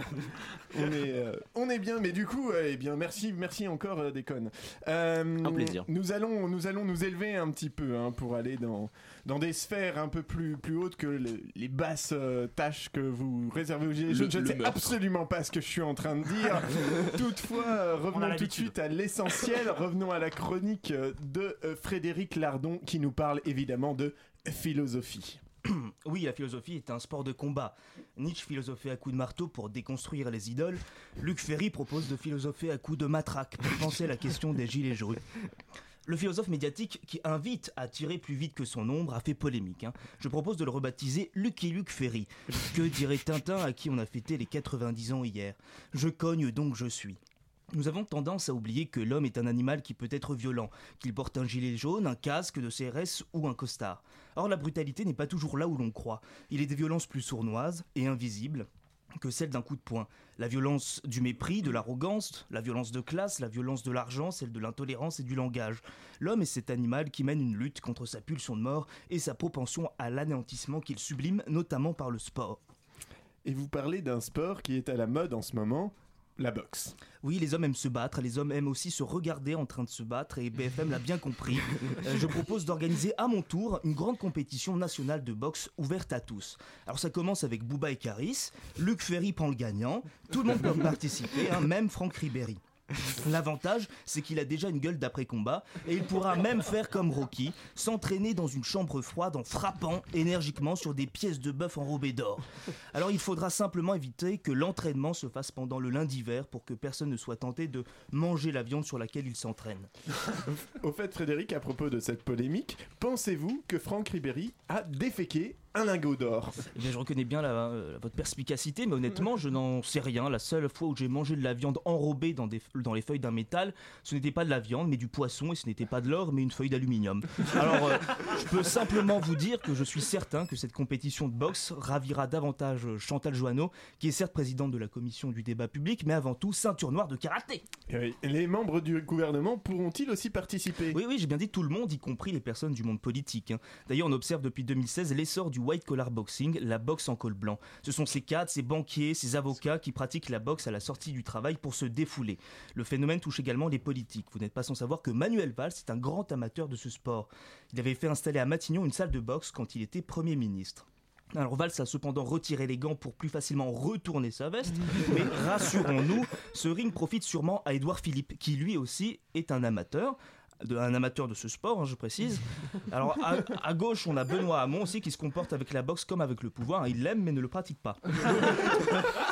Speaker 1: on, est, euh, on est bien, mais du coup, euh, eh bien, merci, merci encore euh, des connes. Euh,
Speaker 13: Un plaisir.
Speaker 1: Nous allons, nous allons nous élever un petit peu hein, pour aller dans, dans des sphères un peu plus, plus hautes que le- les basses euh, tâches que vous réservez aux gilets
Speaker 9: Le-
Speaker 1: jaunes. Je
Speaker 9: le
Speaker 1: ne sais
Speaker 9: meurtre.
Speaker 1: absolument pas ce que je suis en train de dire.
Speaker 9: [LAUGHS]
Speaker 1: Toutefois, euh,
Speaker 9: On a
Speaker 1: revenons tout de
Speaker 9: l'habitude.
Speaker 1: suite à l'essentiel. revenons à la chronique euh, de euh, Frédéric Lardon qui nous parle évidemment de philosophie.
Speaker 10: [CLEARS THROAT] Oui, la philosophie est un sport de combat. Nietzsche philosophait à coups de marteau pour déconstruire les idoles. Luc Ferry propose de philosopher à coups de matraque pour penser la question des gilets jaunes. Le philosophe médiatique qui invite à tirer plus vite que son ombre a fait polémique. hein. Je propose de le rebaptiser Lucky Luke Ferry. Que dirait Tintin à qui on a fêté les 90 ans hier Je cogne donc je suis. Nous avons tendance à oublier que l'homme est un animal qui peut être violent, qu'il porte un gilet jaune, un casque de CRS ou un costard. Or, la brutalité n'est pas toujours là où l'on croit. Il est des violences plus sournoises et invisibles que celle d'un coup de poing. La violence du mépris, de l'arrogance, la violence de classe, la violence de l'argent, celle de l'intolérance et du langage. L'homme est cet animal qui mène une lutte contre sa pulsion de mort et sa propension à l'anéantissement qu'il sublime, notamment par le sport.
Speaker 1: Et vous parlez d'un sport qui est à la mode en ce moment, la boxe.
Speaker 10: Oui, les hommes aiment se battre, les hommes aiment aussi se regarder en train de se battre, et BFM l'a
Speaker 1: [LAUGHS]
Speaker 10: bien compris. Euh, je propose d'organiser à mon tour une grande compétition nationale de boxe ouverte à tous. Alors ça commence avec Booba et Caris, Luc Ferry prend le gagnant, tout le monde peut participer, hein, même Franck Ribéry. L'avantage, c'est qu'il a déjà une gueule d'après-combat et il pourra même faire comme Rocky, s'entraîner dans une chambre froide en frappant énergiquement sur des pièces de bœuf enrobées d'or. Alors il faudra simplement éviter que l'entraînement se fasse pendant le lundi vert pour que personne ne soit tenté de manger la viande sur laquelle il s'entraîne.
Speaker 1: Au fait, Frédéric, à propos de cette polémique, pensez-vous que Franck Ribéry a déféqué un lingot d'or.
Speaker 10: Eh bien, je reconnais bien la- euh, votre perspicacité, mais honnêtement, je n'en sais rien. La seule fois où j'ai mangé de la viande enrobée dans, des- dans les feuilles d'un métal, ce n'était pas de la viande, mais du poisson, et ce n'était pas de l'or, mais une feuille d'aluminium. Alors, euh, je peux simplement vous dire que je suis certain que cette compétition de boxe ravira davantage euh, Chantal Joanneau, qui est certes présidente de la commission du débat public, mais avant tout ceinture noire de karaté.
Speaker 1: Les membres du gouvernement pourront-ils aussi participer
Speaker 10: Oui, oui, j'ai bien dit tout le monde, y compris les personnes du monde politique. hein. D'ailleurs, on observe depuis 2016 l'essor du white collar boxing, la boxe en col blanc. Ce sont ces cadres, ces banquiers, ces avocats qui pratiquent la boxe à la sortie du travail pour se défouler. Le phénomène touche également les politiques. Vous n'êtes pas sans savoir que Manuel Valls est un grand amateur de ce sport. Il avait fait installer à Matignon une salle de boxe quand il était Premier ministre. Alors Valls a cependant retiré les gants pour plus facilement retourner sa veste, mais rassurons-nous, ce ring profite sûrement à Édouard Philippe, qui lui aussi est un amateur. De, un amateur de ce sport, hein, je précise. Alors, à, à gauche, on a Benoît Hamon aussi qui se comporte avec la boxe comme avec le pouvoir. Il l'aime mais ne le pratique pas.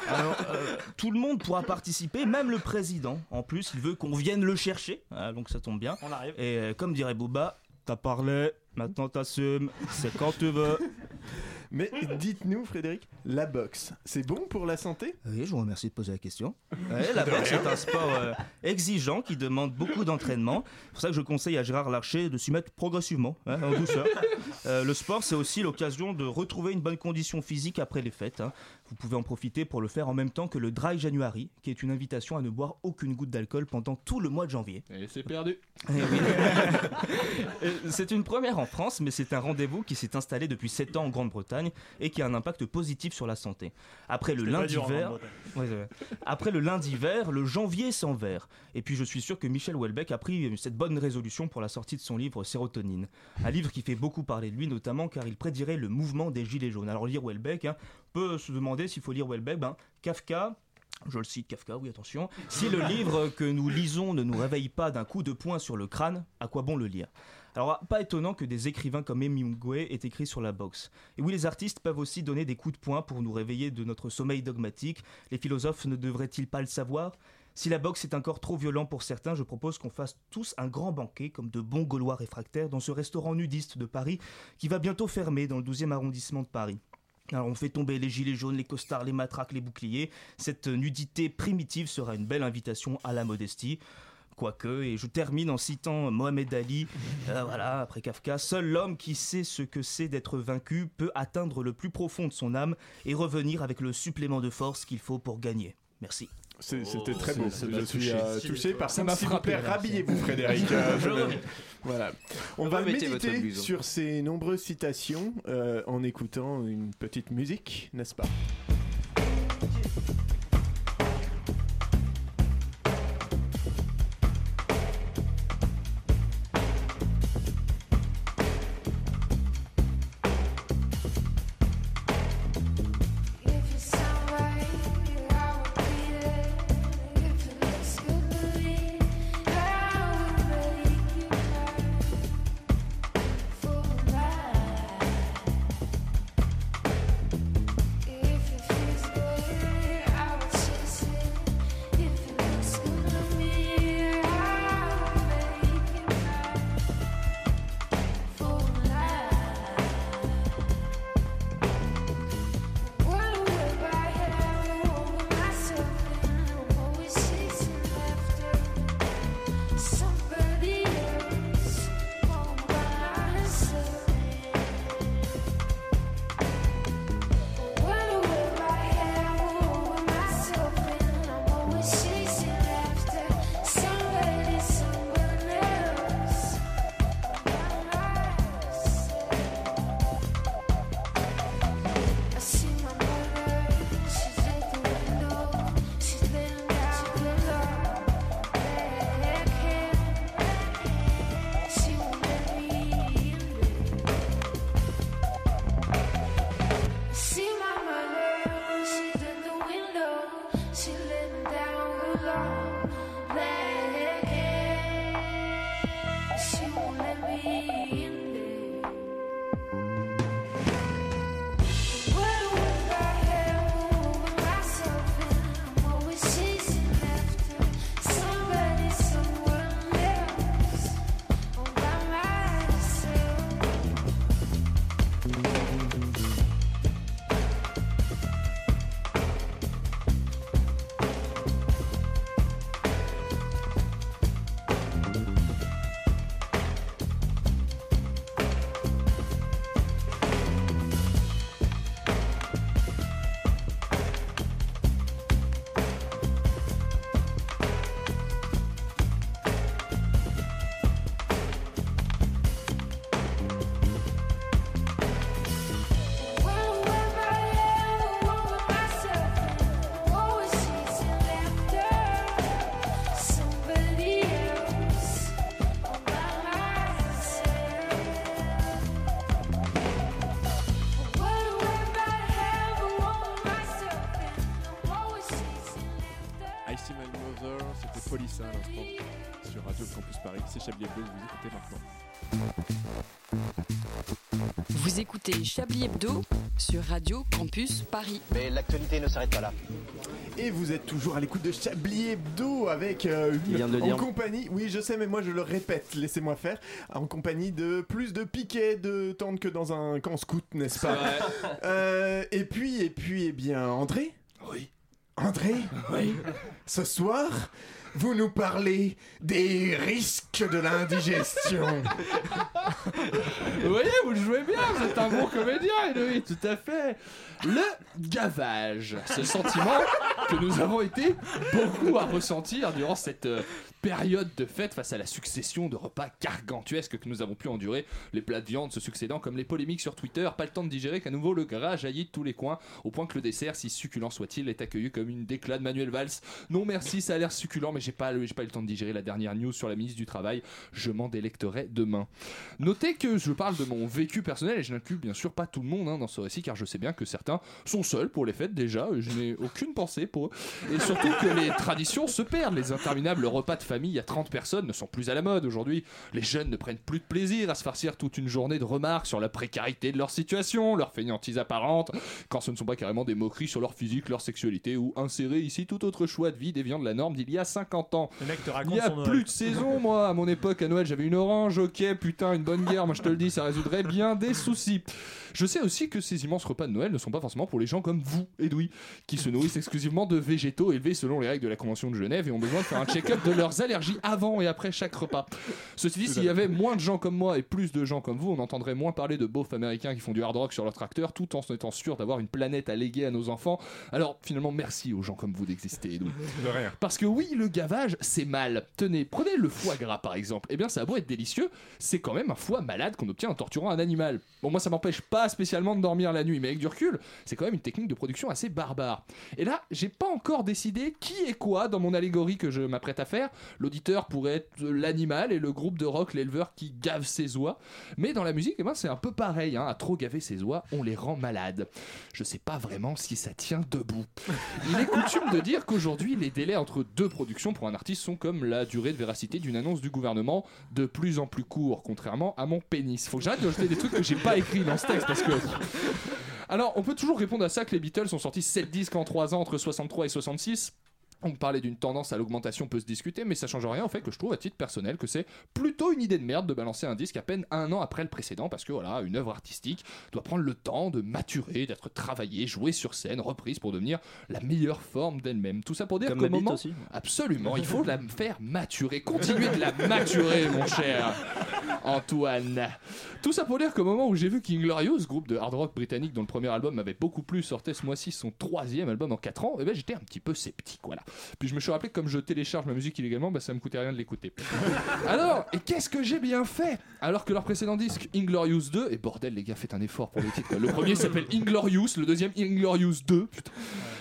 Speaker 10: Alors, euh, tout le monde pourra participer, même le président. En plus, il veut qu'on vienne le chercher. Ah, donc, ça tombe bien.
Speaker 11: On arrive.
Speaker 10: Et euh, comme dirait Booba, t'as parlé, maintenant t'assumes. C'est quand tu veux.
Speaker 1: Mais dites-nous, Frédéric, la boxe, c'est bon pour la santé
Speaker 10: Oui, je vous remercie de poser
Speaker 1: [LAUGHS]
Speaker 10: la question. Ouais, la boxe
Speaker 1: rien.
Speaker 10: est un sport euh, exigeant qui demande beaucoup d'entraînement. C'est pour ça que je conseille à Gérard Larcher de s'y mettre progressivement, hein,
Speaker 1: [LAUGHS]
Speaker 10: en douceur. Euh, le sport, c'est aussi l'occasion de retrouver une bonne condition physique après les fêtes. hein. Vous pouvez en profiter pour le faire en même temps que le Dry January, qui est une invitation à ne boire aucune goutte d'alcool pendant tout le mois de janvier.
Speaker 9: Et c'est perdu.
Speaker 10: Eh oui. [LAUGHS] Euh, c'est une première en France, mais c'est un rendez-vous qui s'est installé depuis 7 ans en Grande-Bretagne et qui a un impact positif sur la santé. Après le
Speaker 11: C'était pas
Speaker 10: lundi
Speaker 11: dur en
Speaker 10: vert,
Speaker 11: Grande-Bretagne.
Speaker 10: [LAUGHS] Ouais, ouais. après le lundi vert, le janvier sans vert. Et puis je suis sûr que Michel Houellebecq a pris euh, cette bonne résolution pour la sortie de son livre Sérotonine, un livre qui fait beaucoup parler de lui, notamment car il prédirait le mouvement des gilets jaunes. Alors lire Houellebecq, hein, peut se demander s'il faut lire Houellebecq, ben Kafka. Je le cite Kafka, oui attention. Si le livre que nous lisons ne nous réveille pas d'un coup de poing sur le crâne, à quoi bon le lire Alors, pas étonnant que des écrivains comme Hemingway aient écrit sur la boxe. Et oui, les artistes peuvent aussi donner des coups de poing pour nous réveiller de notre sommeil dogmatique. Les philosophes ne devraient-ils pas le savoir si la boxe est encore trop violent pour certains, je propose qu'on fasse tous un grand banquet, comme de bons Gaulois réfractaires, dans ce restaurant nudiste de Paris qui va bientôt fermer dans le 12e arrondissement de Paris. Alors on fait tomber les gilets jaunes, les costards, les matraques, les boucliers. Cette nudité primitive sera une belle invitation à la modestie. Quoique, et je termine en citant Mohamed Ali, Euh, voilà, après Kafka, seul l'homme qui sait ce que c'est d'être vaincu peut atteindre le plus profond de son âme et revenir avec le supplément de force qu'il faut pour gagner. Merci.
Speaker 1: C'est- Oh, C'était très beau.
Speaker 10: c'est- ça
Speaker 1: Je
Speaker 10: m'a
Speaker 1: suis
Speaker 10: touché.
Speaker 1: euh,
Speaker 10: Si,
Speaker 1: touché
Speaker 10: toi.
Speaker 1: par
Speaker 10: Ça
Speaker 1: ça.
Speaker 10: m'a
Speaker 1: S'il vous
Speaker 10: frappé,
Speaker 1: plaît,
Speaker 10: merci.
Speaker 1: rhabillez-vous,
Speaker 10: [LAUGHS]
Speaker 1: Frédéric. Euh,
Speaker 10: Je
Speaker 1: je-
Speaker 10: reviens. [LAUGHS]
Speaker 1: Voilà. On va
Speaker 10: Remettez votre
Speaker 1: méditer
Speaker 10: blouson.
Speaker 1: sur ces nombreuses citations euh, en écoutant une petite musique, n'est-ce pas
Speaker 15: If it feels good,
Speaker 1: ça à l'instant sur Radio Campus Paris. C'est Chablis Hebdo, vous écoutez maintenant.
Speaker 7: Vous écoutez Chablis Hebdo sur Radio Campus Paris.
Speaker 4: Mais l'actualité ne s'arrête pas là.
Speaker 1: Et vous êtes toujours à l'écoute de Chablis Hebdo avec euh, une-
Speaker 13: Il vient de le
Speaker 1: en
Speaker 13: dire.
Speaker 1: compagnie. Oui, je sais, mais moi je le répète, laissez-moi faire. En compagnie de plus de piquets de tente que dans un camp scout, n'est-ce pas
Speaker 15: C'est vrai.
Speaker 1: [LAUGHS] Euh, Et puis, et puis, eh bien, André Oui. André Oui. Ce soir, vous nous parlez des risques de l'indigestion.
Speaker 9: Vous voyez, vous le jouez bien, vous êtes un bon comédien, Eloï, tout à fait. Le gavage, ce sentiment que nous avons été beaucoup à ressentir durant cette euh, période de fête face à la succession de repas gargantuesques que nous avons pu endurer, les plats de viande se succédant comme les polémiques sur Twitter, pas le temps de digérer qu'à nouveau le gras jaillit de tous les coins, au point que le dessert, si succulent soit-il, est accueilli comme une déclat de Manuel Valls. Non merci, ça a l'air succulent, mais j'ai pas, le- j'ai pas eu le temps de digérer la dernière news sur la ministre du Travail, je m'en délecterai demain. Notez que je parle de mon vécu personnel et je n'inclus bien sûr pas tout le monde hein, dans ce récit car je sais bien que certains sont seuls pour les fêtes déjà, et je n'ai aucune pensée pour eux. Et surtout que les traditions se perdent, les interminables repas de famille à 30 personnes ne sont plus à la mode aujourd'hui. Les jeunes ne prennent plus de plaisir à se farcir toute une journée de remarques sur la précarité de leur situation, leur fainéantise apparente, quand ce ne sont pas carrément des moqueries sur leur physique, leur sexualité ou insérer ici tout autre choix de vie déviant de la norme d'il y a 50 ans.
Speaker 11: Le mec te
Speaker 9: Il
Speaker 11: raconte
Speaker 9: y a
Speaker 11: son euh, Noël.
Speaker 9: plus de saison, moi. À mon époque, à Noël, j'avais une orange. Ok, putain, une bonne guerre. Moi, je te le dis, ça résoudrait bien des soucis. Je sais aussi que ces immenses repas de Noël ne sont pas forcément pour les gens comme vous, Edoui, qui se nourrissent exclusivement de végétaux élevés selon les règles de la Convention de Genève et ont besoin de faire un check-up de leurs allergies avant et après chaque repas. Ceci dit, s'il y avait moins de gens comme moi et plus de gens comme vous, on entendrait moins parler de beaufs américains qui font du hard rock sur leur tracteur tout en étant sûr d'avoir une planète à léguer à nos enfants. Alors, finalement, merci aux gens comme vous d'exister, Edoui.
Speaker 11: De rien.
Speaker 9: Parce que oui, le gavage, c'est mal. Tenez, prenez le foie gras par exemple. Eh bien, ça a beau être délicieux, c'est quand même un foie malade qu'on obtient en torturant un animal. Bon, moi, ça m'empêche pas spécialement de dormir la nuit, mais avec du recul, c'est quand même une technique de production assez barbare. Et là, j'ai pas encore décidé qui est quoi dans mon allégorie que je m'apprête à faire. L'auditeur pourrait être l'animal et le groupe de rock, l'éleveur qui gave ses oies. Mais dans la musique, eh ben, c'est un peu pareil. hein. À trop gaver ses oies, on les rend malades. Je sais pas vraiment si ça tient debout. Il est coutume de dire qu'aujourd'hui, les délais entre deux productions pour un artiste sont comme la durée de véracité d'une annonce du gouvernement, de plus en plus court, contrairement à mon pénis. Faut que j'arrête de jeter des trucs que j'ai pas écrits dans ce texte parce que. Alors, on peut toujours répondre à ça que les Beatles ont sorti 7 disques en 3 ans entre 63 et 66. On parlait d'une tendance à l'augmentation peut se discuter, mais ça change rien au fait que je trouve à titre personnel que c'est plutôt une idée de merde de balancer un disque à peine un an après le précédent, parce que voilà, une œuvre artistique doit prendre le temps de maturer, d'être travaillée, jouée sur scène, reprise pour devenir la meilleure forme d'elle-même. Tout ça pour dire
Speaker 13: Comme
Speaker 9: qu'au
Speaker 13: la bite
Speaker 9: moment,
Speaker 13: aussi.
Speaker 9: absolument, il faut la faire maturer, continuer de la maturer, mon cher. Antoine. Tout ça pour dire qu'au moment où j'ai vu qu'Inglorious, groupe de hard rock britannique dont le premier album m'avait beaucoup plu, sortait ce mois-ci son troisième album en 4 ans, eh ben j'étais un petit peu sceptique, voilà. Puis je me suis rappelé que comme je télécharge ma musique illégalement, bah ça me coûtait rien de l'écouter. [LAUGHS] Alors, et qu'est-ce que j'ai bien fait Alors que leur précédent disque, Inglorious 2, et bordel les gars, faites un effort pour le titre. quoi. Le premier s'appelle Inglorious, le deuxième Inglorious 2, putain,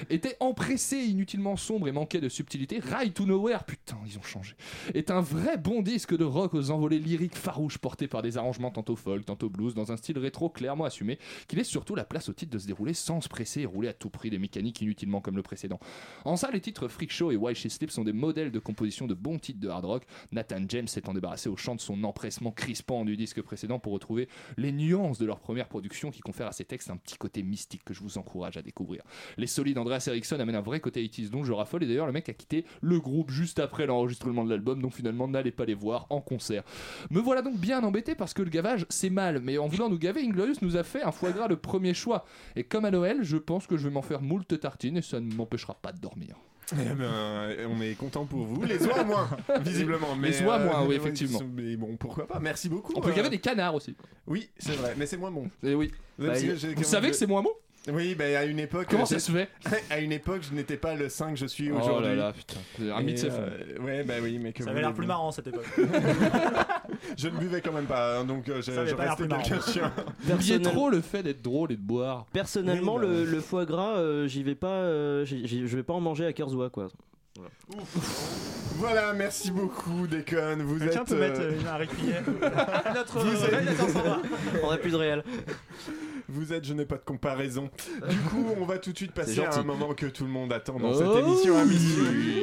Speaker 9: était empressé, inutilement sombre et manquait de subtilité. Ride to Nowhere, putain, ils ont changé, est un vrai bon disque de rock aux envolées lyriques farouches portées par des arrangements tantôt folk, tantôt blues, dans un style rétro clairement assumé, qui laisse surtout la place au titre de se dérouler sans se presser et rouler à tout prix des mécaniques inutilement comme le précédent. En ça, les titres Freak Show et Why She Sleeps sont des modèles de composition de bons titres de hard rock. Nathan James s'étant débarrassé au chant de son empressement crispant du disque précédent pour retrouver les nuances de leur première production qui confère à ces textes un petit côté mystique que je vous encourage à découvrir. Les solides Andreas Eriksson amènent un vrai côté 80s dont je raffole et d'ailleurs le mec a quitté le groupe juste après l'enregistrement de l'album donc finalement n'allez pas les voir en concert. Me voilà donc bien embêté parce que le gavage c'est mal mais en voulant nous gaver Inglorious nous a fait un foie gras le premier choix et comme à Noël je pense que je vais m'en faire moult tartines et ça ne m'empêchera pas de dormir.
Speaker 1: Eh ben, on est content pour vous. Les oies moins,
Speaker 9: [LAUGHS]
Speaker 1: visiblement. Mais euh,
Speaker 9: Les oies moins, oui,
Speaker 1: mais
Speaker 9: effectivement.
Speaker 1: Mais bon, pourquoi pas. Merci beaucoup.
Speaker 9: On peut
Speaker 1: euh,
Speaker 9: gaver des canards aussi.
Speaker 1: Oui, c'est vrai, mais c'est moins bon.
Speaker 9: Et oui. Bah,
Speaker 1: Même si j'ai-
Speaker 9: vous savez que c'est moins bon
Speaker 1: Oui, ben à une époque.
Speaker 9: Comment
Speaker 1: euh,
Speaker 9: ça
Speaker 1: j'ai-
Speaker 9: se fait
Speaker 1: [LAUGHS] À une époque, je n'étais pas le 5 que je suis
Speaker 9: Oh là
Speaker 1: aujourd'hui.
Speaker 9: là, putain. C'est un
Speaker 1: Et,
Speaker 9: mythe, c'est
Speaker 1: euh, Ouais, bah oui, mais que
Speaker 11: Ça avait l'air
Speaker 1: voulez-vous.
Speaker 11: plus marrant cette époque.
Speaker 1: [LAUGHS] Je ne buvais quand même pas, hein, donc euh, je,
Speaker 11: Ça avait
Speaker 1: je
Speaker 11: pas l'air
Speaker 1: restais
Speaker 11: plus marrant.
Speaker 1: quelqu'un chien.
Speaker 13: Personnel-
Speaker 9: trop Oh, le fait d'être drôle et de boire.
Speaker 13: Personnellement,
Speaker 1: Oui, bah.
Speaker 13: le, le foie gras, euh, j'y vais pas, euh, j'y- j'y- je vais pas en manger à Kerzoua quoi. Voilà.
Speaker 1: Voilà, merci beaucoup, Déconne. Vous
Speaker 11: Quelqu'un
Speaker 1: êtes.
Speaker 11: peut mettre
Speaker 1: euh, [LAUGHS]
Speaker 11: euh, un réquillet. Notre
Speaker 1: Vous
Speaker 11: euh,
Speaker 1: êtes-
Speaker 9: [LAUGHS]
Speaker 11: réalisateur s'en va.
Speaker 13: On a plus de réel.
Speaker 1: Vous êtes, je n'ai pas de
Speaker 9: [LAUGHS]
Speaker 1: comparaison. Du coup, on va tout de suite passer à
Speaker 9: gentil.
Speaker 1: un moment que tout le monde attend dans
Speaker 9: Oh
Speaker 1: cette émission à
Speaker 9: oui.
Speaker 1: midi.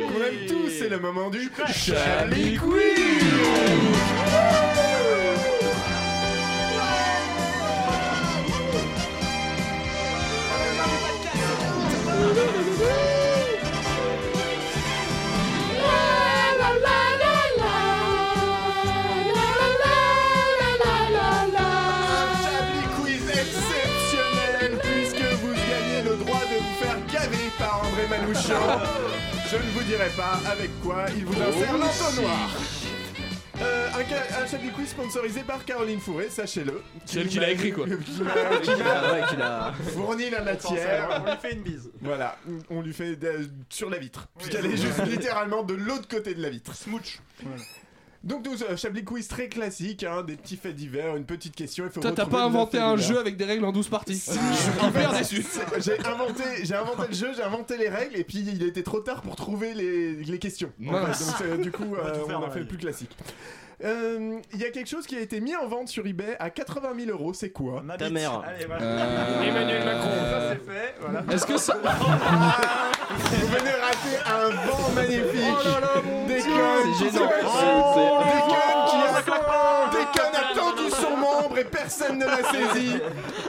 Speaker 1: Qu'on aime tous, c'est le moment du
Speaker 9: Chablis
Speaker 1: Chablis Quiz exceptionnel puisque vous gagnez le droit de vous faire gaver par André Manouchian. Je ne vous dirai pas avec quoi il vous insère
Speaker 9: Oh,
Speaker 1: l'entonnoir. Euh, un, ca- un Chablis Quiz sponsorisé par Caroline Fourré, sachez-le.
Speaker 9: Celle qui l'a écrit,
Speaker 1: [LAUGHS]
Speaker 9: quoi.
Speaker 1: Qui m'a- qui m'a-
Speaker 9: Ouais, qui l'a-
Speaker 1: fourni la matière.
Speaker 11: On lui fait une bise.
Speaker 1: Voilà, on lui fait de- sur la vitre. Puisqu'elle est juste littéralement de l'autre côté de la vitre. Smooch. Donc nous, euh, Chablis Quiz très classique, hein, des petits faits divers, une petite question. il faut
Speaker 9: Toi, t'as
Speaker 1: retrouver
Speaker 9: pas
Speaker 1: le
Speaker 9: inventé
Speaker 1: fait
Speaker 9: un
Speaker 1: divers.
Speaker 9: jeu avec des règles en 12 [LAUGHS] parties. Je suis
Speaker 1: En fait,
Speaker 9: hyper déçu.
Speaker 1: c'est- J'ai inventé, j'ai inventé le jeu, j'ai inventé les règles, et puis il était trop tard pour trouver les, les questions. En
Speaker 9: Mince.
Speaker 1: fait, donc, euh, du coup,
Speaker 9: On va
Speaker 1: euh,
Speaker 9: tout faire
Speaker 1: on
Speaker 9: dans
Speaker 1: a
Speaker 9: la
Speaker 1: fait
Speaker 9: vie.
Speaker 1: plus classique. Euh, Il y a quelque chose qui a été mis en vente sur eBay à 80 000 euros, c'est quoi
Speaker 13: Ta bite. mère. Allez, voilà.
Speaker 9: Euh,
Speaker 11: Emmanuel Macron, ça c'est fait. Voilà.
Speaker 9: Est-ce que ça.
Speaker 1: Vous venez rater un vent magnifique
Speaker 11: Oh là là, mon
Speaker 1: Des
Speaker 11: Dieu.
Speaker 1: connes
Speaker 11: C'est
Speaker 1: qui
Speaker 11: gênant.
Speaker 1: se-
Speaker 11: Oh.
Speaker 1: Des connes qui a- Des connes a tendu son membre et personne ne l'a saisi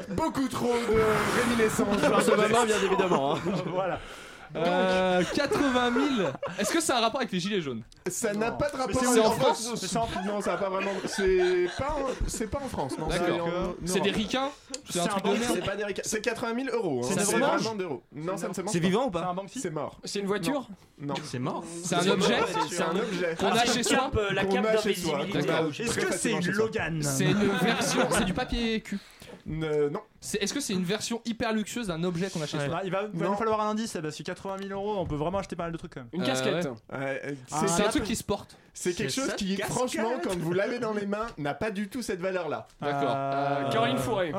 Speaker 1: Beaucoup trop de réminiscences
Speaker 13: Par ce moment, bien évidemment. hein.
Speaker 11: Voilà.
Speaker 9: [LAUGHS] Euh, 80 000 Est-ce que ça a un rapport avec les gilets jaunes
Speaker 1: Ça n'a pas de rapport
Speaker 9: C'est en France
Speaker 1: fait, c'est en- Non, ça n'a pas vraiment. C'est pas, en... c'est pas en France. Non,
Speaker 9: D'accord.
Speaker 1: c'est en- non.
Speaker 9: C'est des ricains C'est un truc de
Speaker 1: banquier,
Speaker 9: merde
Speaker 1: C'est pas des ricains. C'est 80 000 euros. hein.
Speaker 9: C'est une
Speaker 1: C'est
Speaker 9: vendange
Speaker 1: vraiment d'euros. Non, ça ne se mange
Speaker 9: C'est vivant
Speaker 1: ou pas C'est mort.
Speaker 6: C'est une voiture
Speaker 1: Non.
Speaker 9: C'est mort. C'est un objet
Speaker 1: C'est un objet.
Speaker 9: Qu'on a chez soi
Speaker 1: Qu'on a chez soi, qu'on a très facilement chez soi.
Speaker 9: C'est une version. C'est du papier cul.
Speaker 1: Non.
Speaker 9: Est-ce que c'est une version hyper luxueuse d'un objet qu'on a chez
Speaker 11: Ouais. Bah,
Speaker 9: soi
Speaker 11: Il va, il va nous falloir un indice eh ben, là, parce que 80 000 euros, on peut vraiment acheter pas mal de trucs quand même.
Speaker 9: Une Euh, casquette. ouais.
Speaker 1: Euh,
Speaker 9: C'est c'est un truc qui se porte.
Speaker 1: C'est quelque chose qui, franchement, quand vous l'avez dans les mains, n'a pas du tout cette valeur-là.
Speaker 9: D'accord. Euh, Oh Caroline Fourré.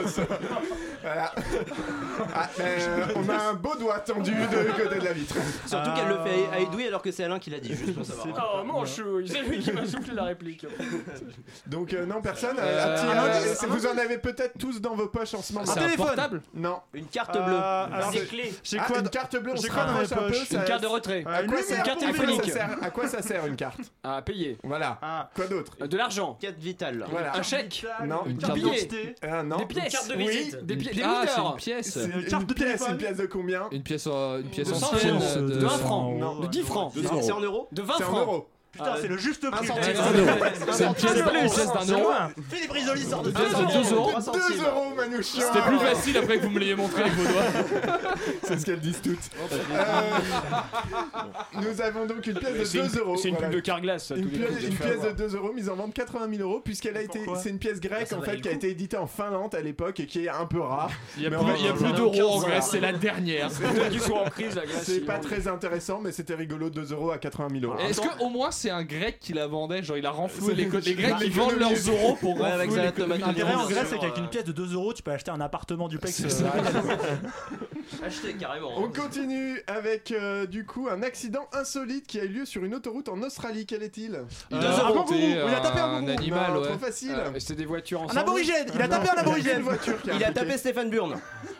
Speaker 1: [LAUGHS] Voilà. Ah, euh, on a un beau doigt tendu de côté de la vitre.
Speaker 13: Surtout qu'elle le fait à Edoui alors que c'est Alain qui l'a dit, juste pour savoir.
Speaker 8: Oh mon chouille, c'est lui qui m'a soufflé la réplique.
Speaker 1: [LAUGHS] Donc euh, non, personne. euh,
Speaker 13: Euh,
Speaker 1: un petit-
Speaker 13: un
Speaker 1: euh,
Speaker 13: indice,
Speaker 1: c'est-
Speaker 13: un
Speaker 1: vous en avez peut-être tous dans vos poches en ce moment.
Speaker 9: C'est un téléphone portable
Speaker 1: Non.
Speaker 13: Une carte
Speaker 1: Euh,
Speaker 13: bleue.
Speaker 1: alors,
Speaker 13: Des
Speaker 1: c'est-
Speaker 13: clés.
Speaker 1: J'ai quoi
Speaker 13: Ah,
Speaker 1: une carte bleue on
Speaker 13: j'ai
Speaker 1: se
Speaker 13: quoi dans
Speaker 1: rapproche
Speaker 13: mes
Speaker 1: un peu,
Speaker 13: poches
Speaker 1: ça-
Speaker 13: Une carte de retrait.
Speaker 1: À quoi
Speaker 13: Une
Speaker 1: sert-
Speaker 13: carte
Speaker 1: à quoi ça
Speaker 13: téléphonique.
Speaker 1: sert- À quoi ça sert une carte
Speaker 6: À payer.
Speaker 1: Voilà. Quoi d'autre
Speaker 6: De l'argent.
Speaker 13: Carte vitale.
Speaker 1: Voilà.
Speaker 6: Un chèque.
Speaker 1: Non.
Speaker 6: Une carte d'identité.
Speaker 1: Euh, non.
Speaker 6: Des pièces. Une carte de
Speaker 1: Oui.
Speaker 6: visite. Des pi- des
Speaker 9: Ah, c'est
Speaker 6: mouteurs.
Speaker 9: une pièce.
Speaker 1: C'est une carte de pièce. Une pièce de combien
Speaker 9: Une pièce en une pièce
Speaker 6: De cent
Speaker 9: ancienne
Speaker 6: euros.
Speaker 9: euh,
Speaker 6: De un franc.
Speaker 1: Non.
Speaker 6: De 10 francs.
Speaker 13: C'est c'est en euros
Speaker 6: De 20
Speaker 1: C'est en
Speaker 6: francs.
Speaker 1: euros. Ah
Speaker 11: Putain, c'est le juste prix.
Speaker 6: centime.
Speaker 11: Ah, Un
Speaker 9: euro. C'est une pièce
Speaker 11: centime.
Speaker 9: bleue, une pièce d'un
Speaker 11: C'est
Speaker 9: euro.
Speaker 11: loin. Philippe Risoli sort de
Speaker 9: Une pièce de 2 euros.
Speaker 1: 2 euros, Manouchian
Speaker 11: Ah.
Speaker 9: C'était plus facile après que vous me l'ayez montré avec vos doigts.
Speaker 1: [LAUGHS] C'est ce qu'elles disent toutes. Euh, nous avons donc une pièce de 2 euros. Voilà.
Speaker 6: Carglass.
Speaker 1: Une pièce, une pièce de 2 euros mise en vente 80 000 euros puisqu'elle a été c'est une pièce
Speaker 9: Ah,
Speaker 1: grecque en fait qui a été éditée en Finlande à l'époque et qui est un peu rare.
Speaker 9: Il y a
Speaker 1: Mais
Speaker 9: plus-
Speaker 1: en fait,
Speaker 9: il y a
Speaker 1: on
Speaker 9: plus
Speaker 1: en
Speaker 9: d'euros en
Speaker 1: voilà.
Speaker 9: Grèce, c'est la dernière.
Speaker 6: qu'ils sont en crise, la glace.
Speaker 1: C'est pas très intéressant mais c'était rigolo 2 euros à 80 000 euros.
Speaker 9: Est-ce que au moins c'est un grec qui la vendait Genre il a renfloué les, les Grecs qui
Speaker 1: l'économie.
Speaker 9: vendent leurs euros pour
Speaker 13: Ouais, avec
Speaker 9: renflouer
Speaker 13: ça,
Speaker 9: l'économie
Speaker 13: tomate,
Speaker 9: du
Speaker 11: L'intérêt en
Speaker 9: monde.
Speaker 11: Grèce, c'est qu'avec une pièce de 2 euros, tu peux acheter un appartement duplex. euh,
Speaker 9: [LAUGHS]
Speaker 13: Acheté carrément.
Speaker 1: On continue avec euh, du coup un accident insolite qui a eu lieu sur une autoroute en Australie. Quel est-il Euh, ah
Speaker 9: Il a
Speaker 1: un
Speaker 9: inventé
Speaker 1: kangourou. Il a tapé un
Speaker 9: Euh, un
Speaker 1: kangourou.
Speaker 9: animal,
Speaker 1: Non,
Speaker 9: ouais. Euh,
Speaker 1: Trop facile.
Speaker 6: C'est des voitures
Speaker 11: Un
Speaker 6: ensemble.
Speaker 11: aborigène Il a
Speaker 1: Non,
Speaker 11: tapé un
Speaker 1: il y a
Speaker 11: aborigène
Speaker 1: qu'une voiture qui
Speaker 13: Il a
Speaker 1: impliquée.
Speaker 13: tapé Stéphane Burn.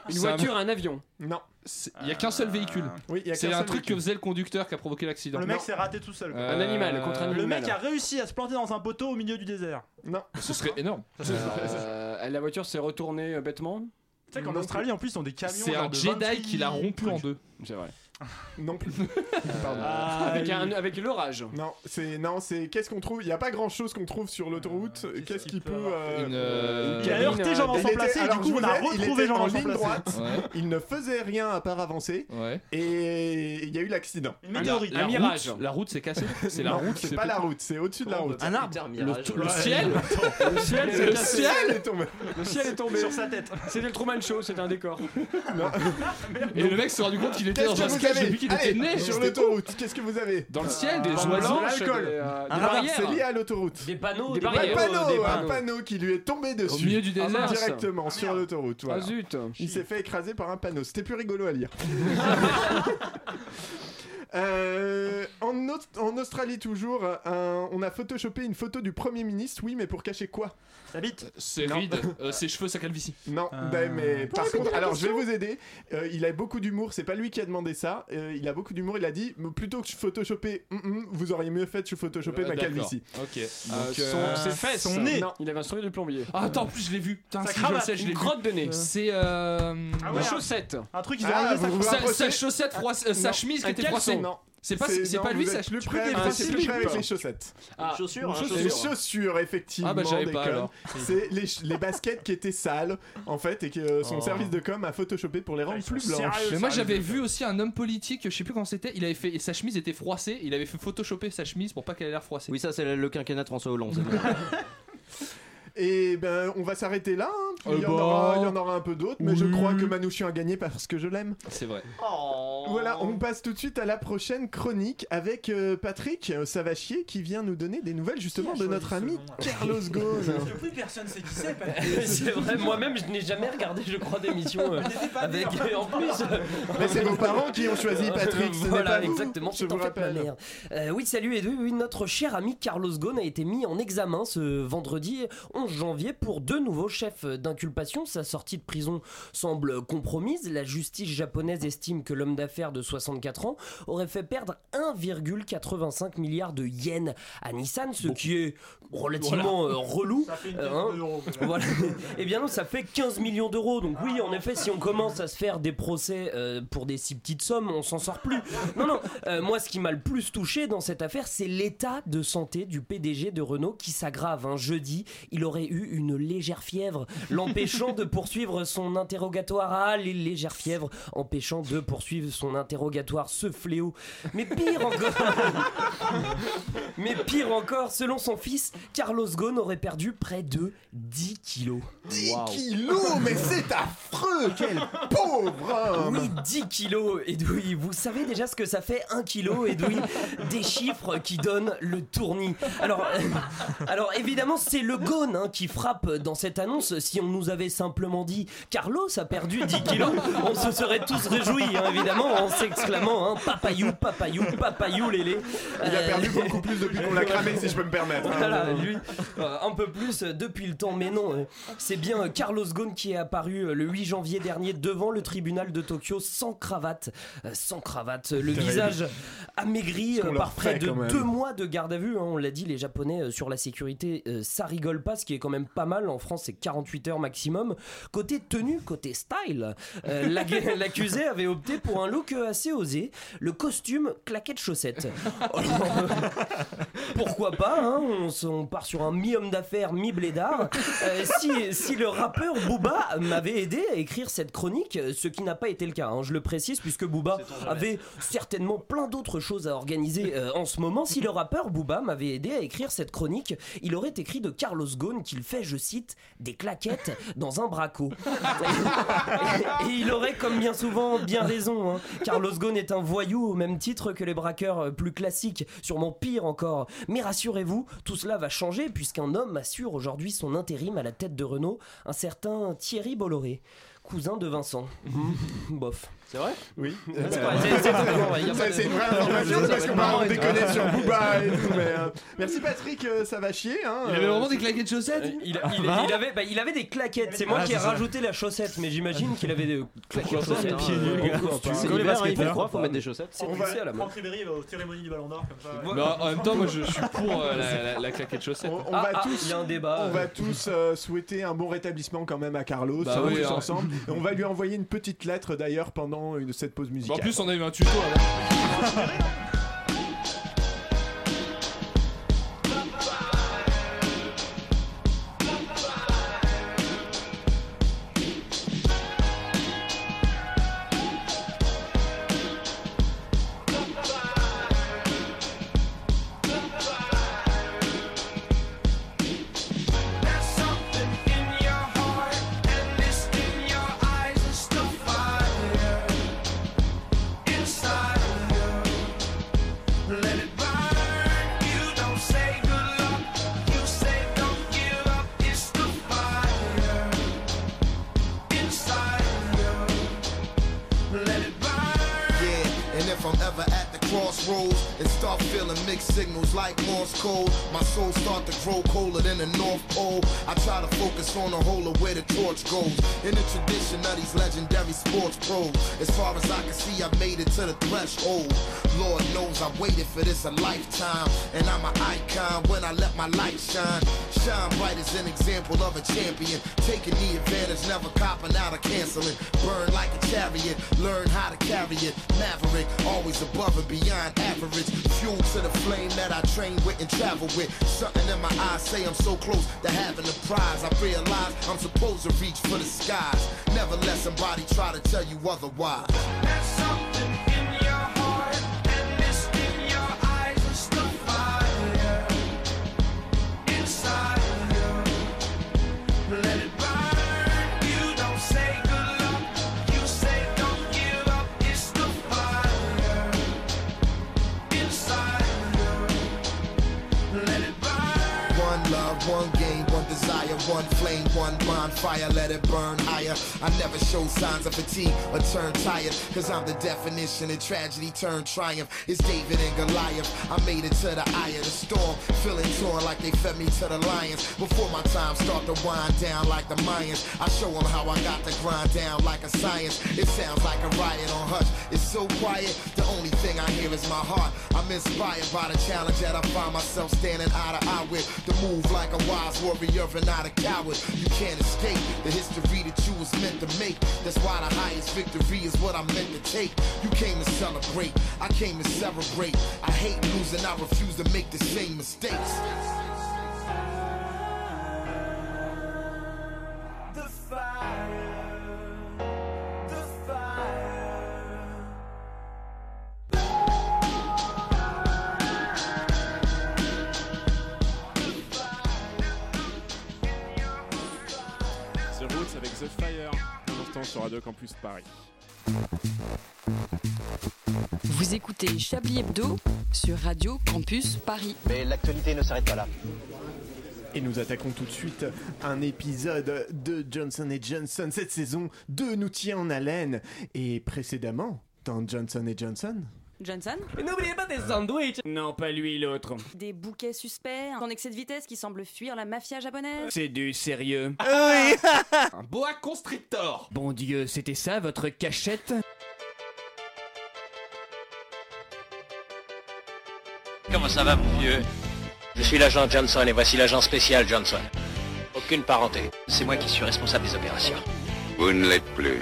Speaker 6: Une
Speaker 9: Ça-
Speaker 6: voiture, un avion.
Speaker 1: Non. Euh,
Speaker 9: C'est- Il y a qu'un seul véhicule.
Speaker 1: Oui, il y a
Speaker 9: C'est
Speaker 1: qu'un
Speaker 9: un
Speaker 1: seul
Speaker 9: truc que
Speaker 1: véhicule.
Speaker 9: faisait le conducteur qui a provoqué l'accident.
Speaker 11: Le mec s'est raté tout seul. quoi.
Speaker 9: Euh,
Speaker 6: Un animal contre un
Speaker 11: Le
Speaker 6: animal.
Speaker 11: mec a réussi à se planter dans un poteau au milieu du désert.
Speaker 9: [LAUGHS]
Speaker 1: Non.
Speaker 9: Ce serait énorme.
Speaker 6: Euh, la voiture s'est retournée euh, bêtement.
Speaker 11: Tu sais qu'en Australie, en plus, ils ont des camions.
Speaker 9: C'est
Speaker 11: genre
Speaker 9: un
Speaker 11: de
Speaker 9: Jedi
Speaker 11: 28
Speaker 9: qui l'a rompu en
Speaker 11: trucs.
Speaker 9: deux.
Speaker 6: C'est vrai.
Speaker 1: [LAUGHS]
Speaker 6: Ah,
Speaker 1: Non plus.
Speaker 6: Avec, un, avec l'orage.
Speaker 1: Non, c'est non, c'est qu'est-ce qu'on trouve Il y a pas grand-chose qu'on trouve sur l'autoroute. Qu'est-ce qui peut euh,
Speaker 9: Une, euh,
Speaker 11: Il a
Speaker 6: Cabine, euh,
Speaker 11: heurté Jean-Vincent
Speaker 1: il était-
Speaker 11: Placé et du
Speaker 1: alors, je
Speaker 11: coup, on
Speaker 1: vous
Speaker 11: a
Speaker 1: aide, il
Speaker 11: retrouvé
Speaker 1: était en
Speaker 11: Jean-Vincent
Speaker 1: ligne
Speaker 11: Placé.
Speaker 1: droite.
Speaker 9: Ouais.
Speaker 1: Il ne faisait rien à part avancer
Speaker 9: Ouais.
Speaker 1: et il y a eu l'accident.
Speaker 11: Une météorite.
Speaker 9: La
Speaker 1: [LAUGHS]
Speaker 6: mirage.
Speaker 9: route- La route s'est cassée. C'est la
Speaker 1: Non,
Speaker 9: route.
Speaker 1: c'est pas la route, c'est au-dessus de la route.
Speaker 13: Un arbre.
Speaker 9: Le, le ciel
Speaker 6: Le ciel,
Speaker 9: Le
Speaker 6: c'est-
Speaker 9: ciel
Speaker 1: est tombé.
Speaker 6: le ciel est tombé. Sur sa
Speaker 9: [LAUGHS]
Speaker 6: tête. C'était le Truman Show, c'était un décor.
Speaker 9: Et le mec s'est rendu compte qu'il était
Speaker 1: Qu'est-ce
Speaker 9: dans
Speaker 1: que
Speaker 9: un
Speaker 1: vous
Speaker 9: sketch
Speaker 1: avez
Speaker 9: depuis qu'il
Speaker 1: Allez,
Speaker 9: était né.
Speaker 1: sur l'autoroute, qu'est-ce que vous avez
Speaker 9: Dans le ciel, des
Speaker 6: Des
Speaker 9: oiseaux
Speaker 6: oies blanches,
Speaker 9: blanches.
Speaker 6: Ah, des, euh, des
Speaker 1: Un radar,
Speaker 6: barrières.
Speaker 1: C'est lié à l'autoroute.
Speaker 6: Des panneaux, des
Speaker 1: Un
Speaker 6: barrières. euh,
Speaker 1: panneau,
Speaker 6: des
Speaker 1: un
Speaker 6: panneaux.
Speaker 1: panneau qui lui est tombé dessus. ah,
Speaker 9: milieu du désert.
Speaker 1: Directement sur l'autoroute.
Speaker 6: Ah
Speaker 1: voilà.
Speaker 6: zut.
Speaker 1: Il s'est fait écraser par un
Speaker 6: [LAUGHS]
Speaker 1: panneau. C'était plus rigolo à lire. Euh, en, Au- Aust- en Australie toujours, euh, un- on a photoshopé une photo du Premier ministre, oui, mais pour cacher quoi
Speaker 11: Sa bite
Speaker 9: Ses
Speaker 1: Non. [LAUGHS]
Speaker 9: rides, euh, ses cheveux, sa calvitie.
Speaker 1: Non, ben, mais par contre, alors je vais vous aider. Euh, il a beaucoup d'humour, c'est pas lui qui a demandé ça. Euh, il a beaucoup d'humour, il a dit mais plutôt que je photoshopais, hum, hum, vous auriez mieux fait de photoshopper
Speaker 9: Euh,
Speaker 1: ma
Speaker 9: d'accord.
Speaker 1: calvitie.
Speaker 9: Ok.
Speaker 1: Donc,
Speaker 9: Euh,
Speaker 1: euh,
Speaker 9: son- ses fesses.
Speaker 1: son nez.
Speaker 9: Non.
Speaker 1: Il avait instruit du plombier.
Speaker 9: Ah, attends, en plus je l'ai vu. Putain,
Speaker 1: Sa
Speaker 9: si je le
Speaker 1: cravate,
Speaker 9: sais, je
Speaker 1: une
Speaker 9: l'ai vu.
Speaker 1: crotte de nez.
Speaker 8: Euh,
Speaker 9: C'est euh...
Speaker 1: Ah ouais,
Speaker 9: une
Speaker 1: un-
Speaker 9: chaussette.
Speaker 1: un truc, ils ont enlevé sa- vous vous
Speaker 9: sa,
Speaker 1: rapprochez.
Speaker 9: sa chaussette, froisse- euh, sa
Speaker 1: Non.
Speaker 9: chemise
Speaker 1: Un
Speaker 9: qui était
Speaker 1: caleçon.
Speaker 9: froissée.
Speaker 1: Non.
Speaker 9: C'est pas, c'est
Speaker 1: non,
Speaker 9: pas lui,
Speaker 1: vous
Speaker 9: sa
Speaker 1: êtes plus
Speaker 9: tu peux
Speaker 1: près,
Speaker 9: débrasser
Speaker 1: ah, c'est
Speaker 9: plus
Speaker 1: plus près
Speaker 9: près.
Speaker 1: avec les chaussettes.
Speaker 9: Ah, Une chaussure, une
Speaker 1: Les
Speaker 9: chaussure.
Speaker 1: Les chaussures, effectivement.
Speaker 9: Ah bah, j'avais
Speaker 1: des
Speaker 9: pas,
Speaker 1: coms.
Speaker 9: alors.
Speaker 1: C'est les, ch- les baskets qui étaient sales, en fait, et que euh, son
Speaker 9: Oh.
Speaker 1: service de com a photoshopé pour les rendre plus blanches.
Speaker 9: Mais moi j'avais vu aussi un homme politique, je sais plus comment c'était, il avait fait sa chemise était froissée, il avait fait photoshopper sa chemise pour pas qu'elle ait l'air froissée.
Speaker 13: Oui, ça c'est le quinquennat de François Hollande. c'est bon.
Speaker 1: Et ben, on va s'arrêter là. hein.
Speaker 13: Eh
Speaker 1: Il y, en
Speaker 6: ben,
Speaker 13: bah.
Speaker 1: aura, il y en aura un peu d'autres, mais je crois que Manouchian a gagné parce que je l'aime.
Speaker 9: [LAUGHS] C'est vrai.
Speaker 8: Oh.
Speaker 1: Voilà, on passe tout de suite à la prochaine chronique avec euh, Patrick euh, Savachier qui vient nous donner des nouvelles justement de notre ami
Speaker 6: [LAUGHS]
Speaker 1: Carlos Ghosn.
Speaker 6: Plus personne sait qui c'est.
Speaker 1: parce que-
Speaker 6: [LAUGHS] c'est vrai, moi-même je n'ai jamais regardé, je crois, d'émission euh, avec. Et en plus. euh,
Speaker 1: [LAUGHS] Mais c'est vos parents qui ont choisi Patrick, ce n'est
Speaker 6: voilà,
Speaker 1: pas vous.
Speaker 6: exactement.
Speaker 1: Je
Speaker 6: c'est
Speaker 1: vous
Speaker 6: en fait ma
Speaker 1: rappelle.
Speaker 6: mère. Euh, oui, salut et oui, oui, notre cher ami Carlos Ghosn a été mis en examen ce vendredi 11 janvier pour deux nouveaux chefs d'inculpation. Sa sortie de prison semble compromise. La justice japonaise estime que l'homme d'affaires de 64 ans aurait fait perdre 1,85 milliard de yens à Nissan, ce qui est relativement
Speaker 14: Voilà.
Speaker 6: euh, relou.
Speaker 14: Ça fait une
Speaker 6: Euh,
Speaker 14: pièce de l'euro, quand même.
Speaker 6: voilà. [LAUGHS] Eh bien non, ça fait 15 millions d'euros. Donc oui, en effet, si on commence à se faire des procès euh, pour des si petites sommes, on s'en sort plus. Non, non. euh, moi, ce qui m'a le plus touché dans cette affaire, c'est l'état de santé du PDG de Renault qui s'aggrave. hein. Jeudi, il aurait eu une légère fièvre, l'empêchant de poursuivre son interrogatoire. Ah, les légères fièvres, empêchant de poursuivre son interrogatoire, ce fléau. Mais pire encore. Mais pire encore, selon son fils, Carlos Ghosn aurait perdu près de 10 kilos.
Speaker 1: 10 kilos, mais c'est
Speaker 6: [LAUGHS]
Speaker 1: affreux, quel pauvre homme.
Speaker 6: Oui, 10 kilos, Edoui. Vous savez déjà ce que ça fait 1 kilo, Edoui Des chiffres qui donnent le tournis. Alors, euh, alors évidemment, c'est le Ghosn hein, qui frappe dans cette annonce. Si on nous avait simplement dit Carlos a perdu 10 kilos, on se serait tous réjouis, hein, évidemment, en s'exclamant hein, Papayou, papayou, papayou, lélé.
Speaker 1: Il a
Speaker 6: Euh,
Speaker 1: perdu beaucoup plus depuis
Speaker 6: [LAUGHS]
Speaker 1: qu'on l'a cramé, si je peux me permettre. hein.
Speaker 6: Voilà, lui, euh, un peu plus euh, depuis le temps. Mais non, euh, c'est bien euh, Carlos Ghosn qui est apparu euh, le 8 janvier dernier devant le tribunal de Tokyo sans cravate. Euh, sans cravate, euh, le
Speaker 14: Terrible.
Speaker 6: visage amaigri
Speaker 14: Ce qu'on
Speaker 6: euh,
Speaker 14: leur
Speaker 6: par près
Speaker 14: fait,
Speaker 6: de
Speaker 14: quand même.
Speaker 6: deux mois de garde à vue. hein. on l'a dit, les Japonais euh, sur la sécurité, euh, ça rigole pas, ce qui est quand même pas mal. En France, c'est 48 heures maximum. Côté tenue, côté style, euh, l'ac- [LAUGHS] l'accusé avait opté pour un look euh, assez osé. Le costume claqué de chaussettes. [LAUGHS] Pourquoi pas hein, on, s- on part sur un mi-homme d'affaires, mi-blédard. Euh, si, si le rappeur Booba m'avait aidé à écrire cette chronique, euh, ce qui n'a pas été le cas, hein, je le précise, puisque Booba avait certainement plein d'autres choses à organiser euh, en ce moment. Si le rappeur Booba m'avait aidé à écrire cette chronique, il aurait écrit de Carlos Ghosn qu'il fait, je cite, des claquettes dans un braco. Et il aurait, comme bien souvent, bien raison. hein. Carlos Ghosn est un voyou au même titre que les braqueurs euh, plus classiques, sûrement pire encore. Mais rassurez-vous, tout cela va changer puisqu'un homme assure aujourd'hui son intérim à la tête de Renault, un certain Thierry Bolloré, cousin de Vincent. Bof.
Speaker 13: C'est vrai
Speaker 1: Oui.
Speaker 6: C'est pas- c'est- c'est totalement vrai, y a pas
Speaker 1: Ça,
Speaker 6: de-
Speaker 1: C'est une
Speaker 6: [LAUGHS]
Speaker 1: vraie information
Speaker 6: Je- je-
Speaker 1: parce
Speaker 6: je-
Speaker 1: qu'on va en
Speaker 6: je-
Speaker 1: déconner sur Booba et tout. mais, euh, merci Patrick, euh, ça va chier. Hein,
Speaker 9: Il avait
Speaker 1: euh,
Speaker 9: vraiment des claquettes de chaussettes
Speaker 6: Euh, Il, a- il- il avait, bah, il avait des claquettes, c'est moi
Speaker 9: Ah,
Speaker 6: qui ai
Speaker 9: c'est ça.
Speaker 6: rajouté la chaussette, mais j'imagine qu'il avait des claquettes
Speaker 13: Pourquoi
Speaker 6: chaussettes. hein.
Speaker 13: pas, pieds nus, gars. C'est l'hiver, il fait froid, faut mettre des chaussettes.
Speaker 6: C'est poussé à la mode.
Speaker 11: Franck Ribéry va aux cérémonies du Ballon d'Or comme ça. euh,
Speaker 9: Mais Bah, en en même temps, moi
Speaker 11: [LAUGHS]
Speaker 9: je je suis pour euh, la, la- la claquette hein. chaussette.
Speaker 1: On va tous, on va tous euh, souhaiter un bon rétablissement quand même à Carlos,
Speaker 9: Bah
Speaker 1: hein,
Speaker 9: oui,
Speaker 1: tous
Speaker 9: hein. [LAUGHS]
Speaker 1: ensemble. Et on va lui envoyer une petite lettre d'ailleurs pendant une- cette pause musicale.
Speaker 9: En plus, on a eu un tuto.
Speaker 14: There's something in your heart and this in your eyes is the fire inside of you.
Speaker 15: and start feeling mixed signals like Morse code. My soul start to grow colder than the North Pole. I try to focus on the whole of where the torch goes. In the tradition of these legendary sports pros, as far as I can see, I made it to the threshold. Lord knows I waited for this a lifetime, and I'm an icon when I let my light shine. Shine bright as an example of a champion, taking the advantage, never copping out or canceling. Burn like a chariot, learn how to carry it. Maverick, always above and beyond average. Fuel to the flame that I train with and travel with. Something in my eyes say I'm so close to having the prize. I realize I'm supposed to reach for the skies. Never let somebody try to tell you otherwise.
Speaker 14: There's something in your heart, and it's in your eyes. It's the fire inside you. Let it burn. You don't say good luck. You say don't give up. It's the fire inside you. Let it burn.
Speaker 15: One love, one game, one desire, one flame, one bonfire. Let it burn higher. I never show signs of fatigue or turn tired. Cause I'm the definition of tragedy turned triumph. It's David and Goliath. I made it to the eye of the storm. Feeling torn like they fed me to the lions. Before my time start to wind down like the Mayans. I show them how I got to grind down like a science. It sounds like a riot on hush. It's so quiet. The only thing I hear is my heart. I'm inspired by the challenge that I find myself standing eye to eye with. To move like a wise warrior and not a coward. You can't escape the history that you was meant to make. That's why the highest victory is what I'm meant to take. You came to celebrate. I came to celebrate. I hate losing. I refuse to make the same mistakes.
Speaker 14: The fire, the fire.
Speaker 1: The Roots avec The Fire, pourtant sur Radio Campus Paris.
Speaker 7: Vous écoutez Chablis Hebdo sur Radio Campus Paris.
Speaker 4: Mais l'actualité ne s'arrête pas là.
Speaker 1: Et nous attaquons tout de suite un épisode de Johnson Johnson. Cette saison 2 nous tient en haleine. Et précédemment, dans Johnson Johnson.
Speaker 16: Johnson
Speaker 8: N'oubliez pas des sandwichs Non, pas lui, l'autre.
Speaker 16: Des bouquets suspects en excès de vitesse qui semblent fuir la mafia japonaise.
Speaker 8: C'est du sérieux.
Speaker 9: [LAUGHS]
Speaker 16: Oui.
Speaker 8: Un boa constrictor Bon Dieu, c'était ça votre cachette
Speaker 17: Comment ça va, mon vieux Je suis l'agent Johnson et voici l'agent spécial Johnson. Aucune parenté. C'est moi qui suis responsable des opérations.
Speaker 12: Vous ne l'êtes plus.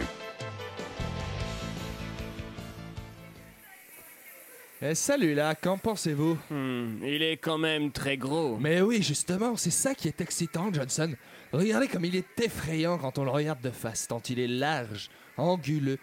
Speaker 9: Eh, salut là, qu'en pensez-vous
Speaker 8: Hmm, Il est quand même très gros.
Speaker 9: Mais oui, justement, c'est ça qui est excitant, Johnson. Regardez comme il est effrayant quand on le regarde de face, tant il est large, anguleux,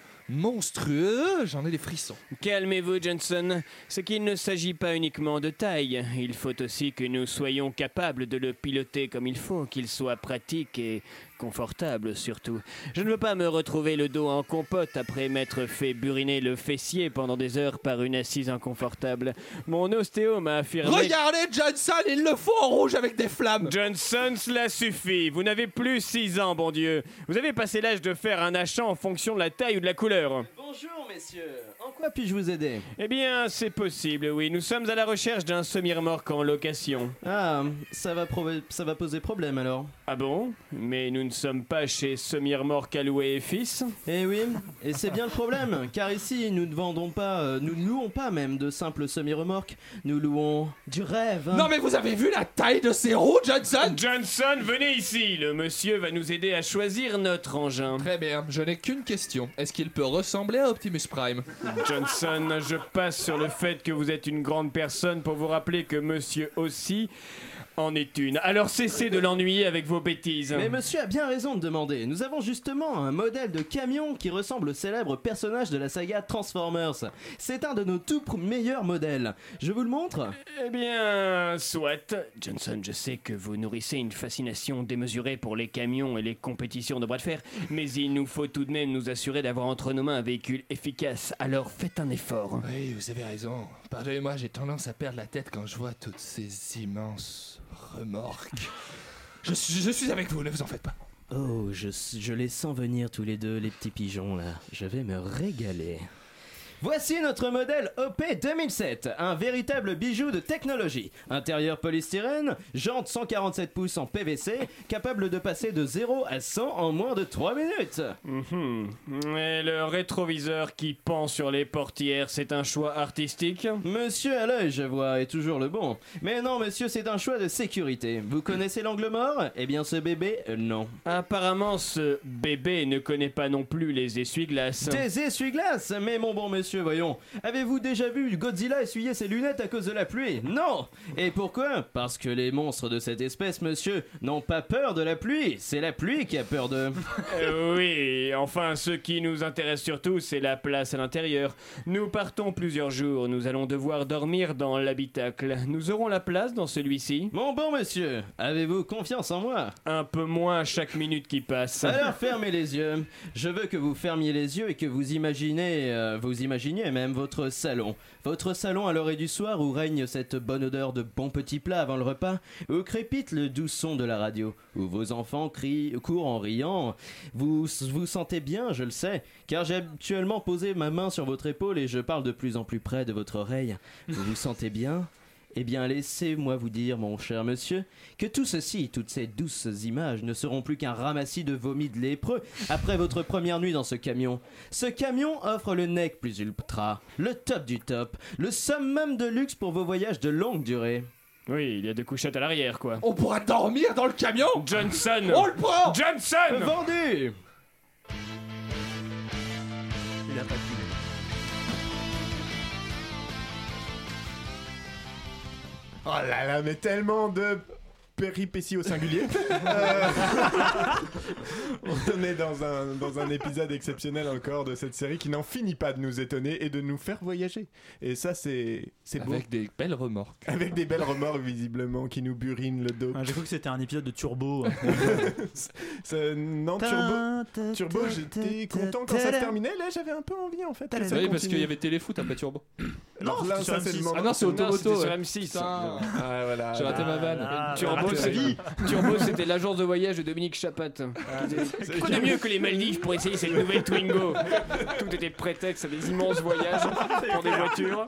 Speaker 9: monstrueux, j'en ai des frissons.
Speaker 8: Calmez-vous, Johnson. C'est qu'il ne s'agit pas uniquement de taille. Il faut aussi que nous soyons capables de le piloter comme il faut, qu'il soit pratique et confortable surtout. Je ne veux pas me retrouver le dos en compote après m'être fait buriner le fessier pendant des heures par une assise inconfortable. Mon ostéo m'a affirmé.
Speaker 9: Regardez Johnson, il le faut en rouge avec des flammes.
Speaker 8: Johnson, cela suffit. Vous n'avez plus 6 ans, bon Dieu. Vous avez passé l'âge de faire un achat en fonction de la taille ou de la couleur.
Speaker 13: Bonjour messieurs, en quoi puis-je vous aider
Speaker 8: Eh bien, c'est possible, oui. Nous sommes à la recherche d'un semi-remorque en location.
Speaker 13: Ah, ça va, provo- ça va poser problème alors.
Speaker 8: Ah bon Mais nous ne sommes pas chez Semi-remorque Alloué et Fils
Speaker 13: Eh oui, et c'est bien le problème, car ici nous ne vendons pas, euh, nous ne louons pas même de simples semi-remorques, nous louons du rêve. hein.
Speaker 9: Non, mais vous avez vu la taille de ses roues, Johnson
Speaker 8: Johnson, venez ici Le monsieur va nous aider à choisir notre engin.
Speaker 9: Très bien, je n'ai qu'une question. Est-ce qu'il peut ressembler à Optimus Prime
Speaker 8: Johnson, je passe sur le fait que vous êtes une grande personne pour vous rappeler que monsieur aussi en est une. Alors cessez de l'ennuyer avec vos bêtises.
Speaker 13: Mais monsieur a bien raison de demander. Nous avons justement un modèle de camion qui ressemble au célèbre personnage de la saga Transformers. C'est un de nos tout pr- meilleurs modèles. Je vous le montre
Speaker 8: Eh bien, soit. Johnson, je sais que vous nourrissez une fascination démesurée pour les camions et les compétitions de bras de fer, mais il nous faut tout de même nous assurer d'avoir entre nos mains un véhicule efficace. Alors faites un effort.
Speaker 9: Oui, vous avez raison. Pardonnez-moi, j'ai tendance à perdre la tête quand je vois toutes ces immenses remorques. Je, suis- je suis avec vous, ne vous en faites pas.
Speaker 13: Oh, je, je les sens venir tous les deux, les petits pigeons là. Je vais me régaler. Voici notre modèle OP 2007, un véritable bijou de technologie. Intérieur polystyrène, jante 147 pouces en PVC, capable de passer de 0 à 100 en moins de 3 minutes.
Speaker 8: Mhm. Et le rétroviseur qui pend sur les portières, c'est un choix artistique
Speaker 13: Monsieur à l'œil, je vois, est toujours le bon. Mais non, monsieur, c'est un choix de sécurité. Vous connaissez l'angle mort Eh bien, ce bébé, euh, non.
Speaker 8: Apparemment, ce bébé ne connaît pas non plus les essuie-glaces.
Speaker 13: Des essuie-glaces Mais mon bon monsieur, voyons. Avez-vous déjà vu Godzilla essuyer ses lunettes à cause de la pluie Non Et pourquoi Parce que les monstres de cette espèce, monsieur, n'ont pas peur de la pluie. C'est la pluie qui a peur d'eux.
Speaker 8: [LAUGHS] Euh, oui, enfin, ce qui nous intéresse surtout, c'est la place à l'intérieur. Nous partons plusieurs jours, nous allons devoir dormir dans l'habitacle. Nous aurons la place dans celui-ci
Speaker 13: Mon bon monsieur, avez-vous confiance en moi
Speaker 8: Un peu moins à chaque minute qui passe.
Speaker 13: Alors fermez les yeux. Je veux que vous fermiez les yeux et que vous imaginez, euh, vous imaginez même votre salon. Votre salon à l'orée du soir où règne cette bonne odeur de bons petits plats avant le repas, où crépite le doux son de la radio, où vos enfants crient, courent en riant. Vous vous sentez bien, je le sais, car j'ai habituellement posé ma main sur votre épaule et je parle de plus en plus près de votre oreille. Vous vous sentez bien eh bien, laissez-moi vous dire, mon cher monsieur, que tout ceci, toutes ces douces images ne seront plus qu'un ramassis de vomi de lépreux après votre première nuit dans ce camion. Ce camion offre le nec plus ultra, le top du top, le summum de luxe pour vos voyages de longue durée.
Speaker 8: Oui, il y a des couchettes à l'arrière, quoi.
Speaker 9: On pourra dormir dans le camion
Speaker 8: Johnson
Speaker 9: On le prend
Speaker 8: Johnson
Speaker 13: Vendu
Speaker 10: Il a pas de culot.
Speaker 1: Oh là là, mais tellement de péripéties au singulier. Euh, [LAUGHS] On est dans un, dans un épisode exceptionnel encore de cette série qui n'en finit pas de nous étonner et de nous faire voyager. Et ça, c'est c'est beau.
Speaker 9: Avec des belles remorques.
Speaker 1: Avec des belles remords, visiblement, qui nous burinent le dos.
Speaker 11: Ah, J'ai cru que c'était
Speaker 9: [LAUGHS]
Speaker 11: un épisode de Turbo.
Speaker 1: [LAUGHS] Ça- non, Turbo, Turbo j'étais content quand ça se terminait. Là, j'avais un peu envie, en fait. que ça
Speaker 9: Oui, parce
Speaker 1: continue.
Speaker 9: qu'il y avait téléfoot après Turbo.
Speaker 1: Alors
Speaker 11: Non,
Speaker 1: là,
Speaker 11: c'était
Speaker 1: ça,
Speaker 11: sur
Speaker 1: c'est le
Speaker 11: M6.
Speaker 1: moment.
Speaker 9: Ah non, c'est
Speaker 8: Non, c'était
Speaker 9: Automoto.
Speaker 8: sur
Speaker 9: ouais.
Speaker 8: M6.
Speaker 9: Putain.
Speaker 1: Ah, voilà.
Speaker 9: J'ai raté ma vanne.
Speaker 11: Ah,
Speaker 8: Turbo,
Speaker 1: raté,
Speaker 8: c'est- Turbo, c'était l'agence de voyage de Dominique Chapat. Quoi de mieux que les Maldives pour essayer cette nouvelle Twingo Tout était prétexte à des immenses voyages pour des voitures.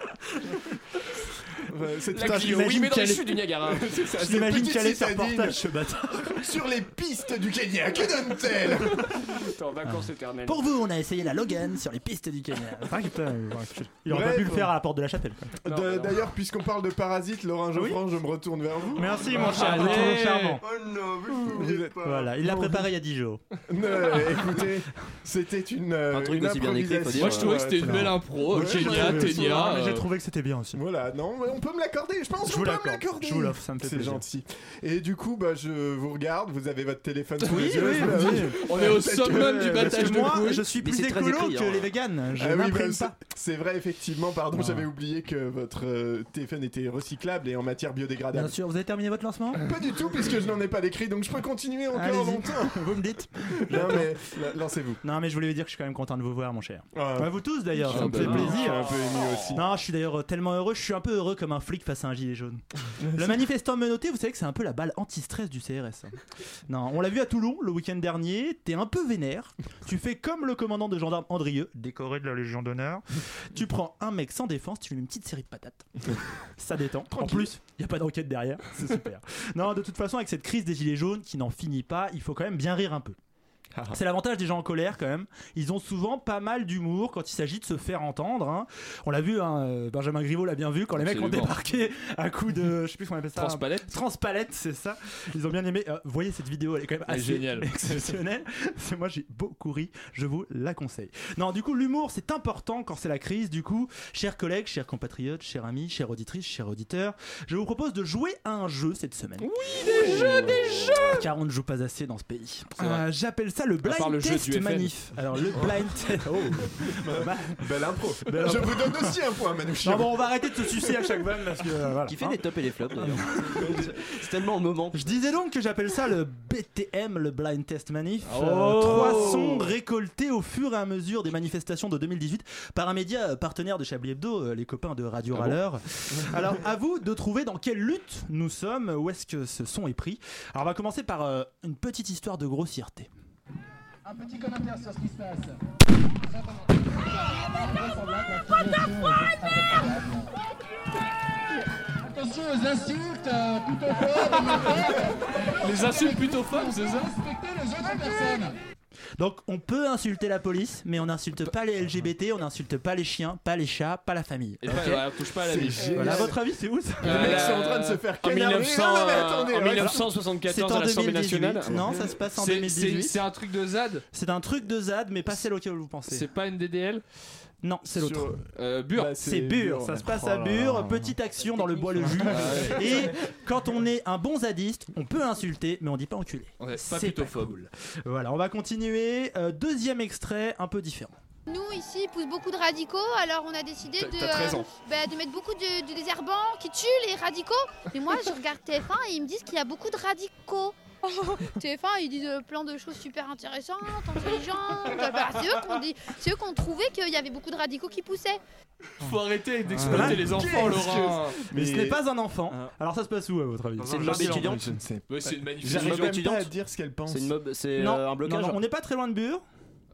Speaker 1: Ouais, C'est
Speaker 8: La
Speaker 1: tout un
Speaker 8: Clio,
Speaker 1: film.
Speaker 8: oui, mais dans les
Speaker 11: qu'elle-
Speaker 8: chutes
Speaker 1: [LAUGHS]
Speaker 8: du Niagara.
Speaker 1: C'est ça, c'est
Speaker 11: J'imagine
Speaker 1: petite
Speaker 11: qu'elle est faire
Speaker 1: citadine
Speaker 11: portage, ce bâtard.
Speaker 1: Sur les pistes du Kenya, que donne-t-elle
Speaker 8: T'es en vacances éternelles.
Speaker 18: Pour vous, on a essayé la Logan sur les pistes du Kenya.
Speaker 11: Il aurait pas
Speaker 1: Bref.
Speaker 11: pu le faire à la porte de la châtelle. quoi.
Speaker 1: De-
Speaker 8: Non, non.
Speaker 1: D'ailleurs, puisqu'on parle de parasites, Laurent
Speaker 11: Oui.
Speaker 1: Geoffran, je me retourne vers vous.
Speaker 11: Merci, mon cher.
Speaker 9: Allez.
Speaker 11: vous trouvez charmant.
Speaker 1: Oh non, mais vous
Speaker 11: Vous
Speaker 1: voulez
Speaker 11: êtes-
Speaker 1: pas.
Speaker 11: Voilà, il l'a préparé il y a 10 jours.
Speaker 1: [LAUGHS] Non, euh, écoutez, c'était une, euh,
Speaker 13: Un truc
Speaker 1: une
Speaker 13: aussi bien écrit, faut
Speaker 1: improvisation.
Speaker 13: dire.
Speaker 9: Moi, je trouvais que c'était une
Speaker 1: Ouais,
Speaker 9: belle impro.
Speaker 1: Ouais,
Speaker 9: Kenya,
Speaker 1: ouais,
Speaker 9: Ténia.
Speaker 11: Mais
Speaker 9: euh,
Speaker 11: J'ai trouvé que c'était bien aussi.
Speaker 1: Voilà, non, mais on peut me l'accorder, je pense
Speaker 11: Je
Speaker 1: qu'on
Speaker 11: vous
Speaker 1: peut me
Speaker 11: l'accorde,
Speaker 1: l'accorder.
Speaker 11: je vous l'offre, ça me fait
Speaker 1: C'est
Speaker 11: plaisir.
Speaker 1: gentil. Et du coup, bah, je vous regarde, vous avez votre téléphone sous les
Speaker 11: Oui,
Speaker 1: yeux.
Speaker 11: oui,
Speaker 1: bah,
Speaker 11: oui.
Speaker 9: On est au
Speaker 1: Parce
Speaker 9: summum
Speaker 1: que-
Speaker 9: du
Speaker 1: parce
Speaker 9: battage de
Speaker 11: moi,
Speaker 9: couilles.
Speaker 11: je suis
Speaker 13: Mais
Speaker 11: plus
Speaker 13: c'est très
Speaker 11: écolo
Speaker 13: écrit,
Speaker 11: que
Speaker 13: hein.
Speaker 11: les véganes. Je
Speaker 1: Ah oui,
Speaker 11: n'imprime
Speaker 1: bah, c'est-
Speaker 11: pas.
Speaker 1: c'est vrai, effectivement, pardon,
Speaker 11: Ah.
Speaker 1: j'avais oublié que votre euh, téléphone était recyclable et en matière
Speaker 18: Bien
Speaker 1: biodégradable.
Speaker 18: sûr, vous avez terminé votre lancement
Speaker 1: Pas du tout, puisque je n'en ai pas décrit, donc je peux continuer encore
Speaker 18: Allez-y.
Speaker 1: longtemps.
Speaker 18: Vous me dites
Speaker 1: [LAUGHS] Non, mais la- lancez-vous.
Speaker 11: Non, mais je voulais vous dire que je suis quand même content de vous voir, mon cher.
Speaker 1: Ah,
Speaker 11: Ouais, vous tous d'ailleurs,
Speaker 9: Ah
Speaker 11: ça me
Speaker 9: bah
Speaker 11: fait
Speaker 9: non.
Speaker 1: Je suis
Speaker 11: plaisir.
Speaker 1: un peu ému aussi.
Speaker 11: Non, je suis d'ailleurs euh, tellement heureux, je suis un peu heureux comme un flic face à un
Speaker 1: [LAUGHS]
Speaker 11: gilet jaune. Le manifestant menotté, vous savez que c'est un peu la balle anti-stress du CRS. hein. Non, on l'a vu à Toulon le week-end dernier, t'es un peu vénère, tu fais comme le commandant de gendarme Andrieux, décoré de la Légion d'honneur, tu prends un mec sans défense, tu lui mets une petite série de patates.
Speaker 1: [LAUGHS]
Speaker 11: Ça détend. En plus, il n'y a pas d'enquête derrière, c'est super. Non, de toute façon, avec cette crise des gilets jaunes qui n'en finit pas, il faut quand même bien rire un peu.
Speaker 9: Ah.
Speaker 11: C'est l'avantage des gens en colère quand même. Ils ont souvent pas mal d'humour quand il s'agit de se faire entendre. hein. On l'a vu, hein, euh, Benjamin Griveaux l'a bien vu, quand les mecs ont
Speaker 9: Absolument.
Speaker 11: débarqué à coup de... Je sais plus comment on appelle ça.
Speaker 9: Transpalette.
Speaker 11: Transpalette, c'est ça. Ils ont bien aimé. Euh, voyez cette vidéo, elle est quand même
Speaker 9: Elle est
Speaker 11: assez [LAUGHS]
Speaker 9: géniale.
Speaker 11: exceptionnelle. C'est moi, j'ai beaucoup ri. Je vous la conseille. Non, du coup, l'humour, c'est important quand c'est la crise. Du coup, chers collègues, chers compatriotes, chers amis, chères auditrices, chers auditeurs, je vous propose de jouer à un jeu cette semaine. Oui, des jeux, des jeux. Car on ne joue pas assez dans ce pays.
Speaker 9: C'est vrai.
Speaker 11: Euh, J'appelle ça le
Speaker 9: part
Speaker 11: blind
Speaker 9: le jeu
Speaker 11: test
Speaker 9: du Oh. FN.
Speaker 11: manif. Alors le blind test. [LAUGHS] Bah,
Speaker 1: Belle impro.
Speaker 11: [LAUGHS] Belle
Speaker 1: je
Speaker 11: impro.
Speaker 1: vous donne aussi un point, Manouchian.
Speaker 11: Non, bon, on va arrêter de se sucer à chaque vanne parce que euh, voilà.
Speaker 13: Qui fait
Speaker 11: hein.
Speaker 13: des tops et des flops d'ailleurs.
Speaker 9: Ah,
Speaker 13: c'est tellement au moment.
Speaker 11: Je disais donc que j'appelle ça le BTM, le Blind Test Manif. Euh,
Speaker 9: Oh.
Speaker 11: trois sons récoltés au fur et à mesure des manifestations de 2018 par un média euh, partenaire de Chablis Hebdo, euh, les copains de Radio
Speaker 9: Ah bon [LAUGHS]
Speaker 11: Râleur. Alors, à vous de trouver dans quelle lutte nous sommes, où est-ce que ce son est pris. Alors, on va commencer par euh, une petite histoire de grossièreté.
Speaker 14: Un petit commentaire sur ce qui se passe. Attention aux insultes euh, plutôt fortes.
Speaker 9: Les insultes plutôt femmes, c'est ça
Speaker 14: Respectez les autres personnes.
Speaker 11: Donc on peut insulter la police, mais on n'insulte pas les LGBT, on n'insulte pas les chiens, pas les chats, pas la famille.
Speaker 9: Et
Speaker 11: ok
Speaker 9: pas- ouais, on touche pas à la biche.
Speaker 11: Voilà, à votre avis, c'est où ça
Speaker 9: Euh, Les mecs sont en train de se faire en canarder. 1900, Non, non, mais attendez, en
Speaker 11: Alors,
Speaker 9: 1974
Speaker 11: c'est en
Speaker 9: à l'Assemblée
Speaker 11: 2018.
Speaker 9: nationale.
Speaker 11: Non, ça se passe en
Speaker 9: C'est-
Speaker 11: 2018.
Speaker 9: c'est- c'est un truc de ZAD
Speaker 11: C'est un truc de ZAD, mais pas celle auquel vous pensez.
Speaker 9: C'est pas une DDL
Speaker 11: Non, c'est
Speaker 9: Sur-
Speaker 11: l'autre.
Speaker 9: euh, Bure. Bah, c'est
Speaker 11: c'est Bure.
Speaker 9: Bure.
Speaker 11: Ça se passe
Speaker 9: Oh
Speaker 11: à
Speaker 9: là
Speaker 11: Bure.
Speaker 9: là.
Speaker 11: Petite action dans le bois le jus.
Speaker 9: Ah ouais.
Speaker 11: Et quand on est un bon zadiste, on peut insulter, mais on dit pas enculé.
Speaker 9: Ouais, pas
Speaker 11: C'est
Speaker 9: plutôt
Speaker 11: cool. Voilà, on va continuer. Euh, deuxième extrait, un peu différent.
Speaker 19: Nous, ici, ils poussent beaucoup de radicaux, alors on a décidé de,
Speaker 11: t'as 13 ans.
Speaker 19: bah, de mettre beaucoup de, de désherbants qui tuent les radicaux. Mais moi, je regarde TF1 et ils me disent qu'il y a beaucoup de radicaux. TF1, ils disent euh, plein de choses super intéressantes, intelligentes. Bah, c'est eux qu'on dit- c'est eux qu'on trouvait qu'il y avait beaucoup de radicaux qui poussaient.
Speaker 9: Faut arrêter d'exploiter les enfants, Laurent.
Speaker 11: Mais, ce n'est pas un enfant. Alors ça se passe où à votre avis
Speaker 9: Dans un jardin étudiant. Je ne sais pas. Ouais, c'est une manifestation
Speaker 11: J'arrive même
Speaker 9: étudiante.
Speaker 11: pas à dire ce qu'elle pense.
Speaker 9: C'est une mob- c'est,
Speaker 11: Non,
Speaker 9: euh, un blocage
Speaker 11: non, non, on n'est pas très loin de Bure.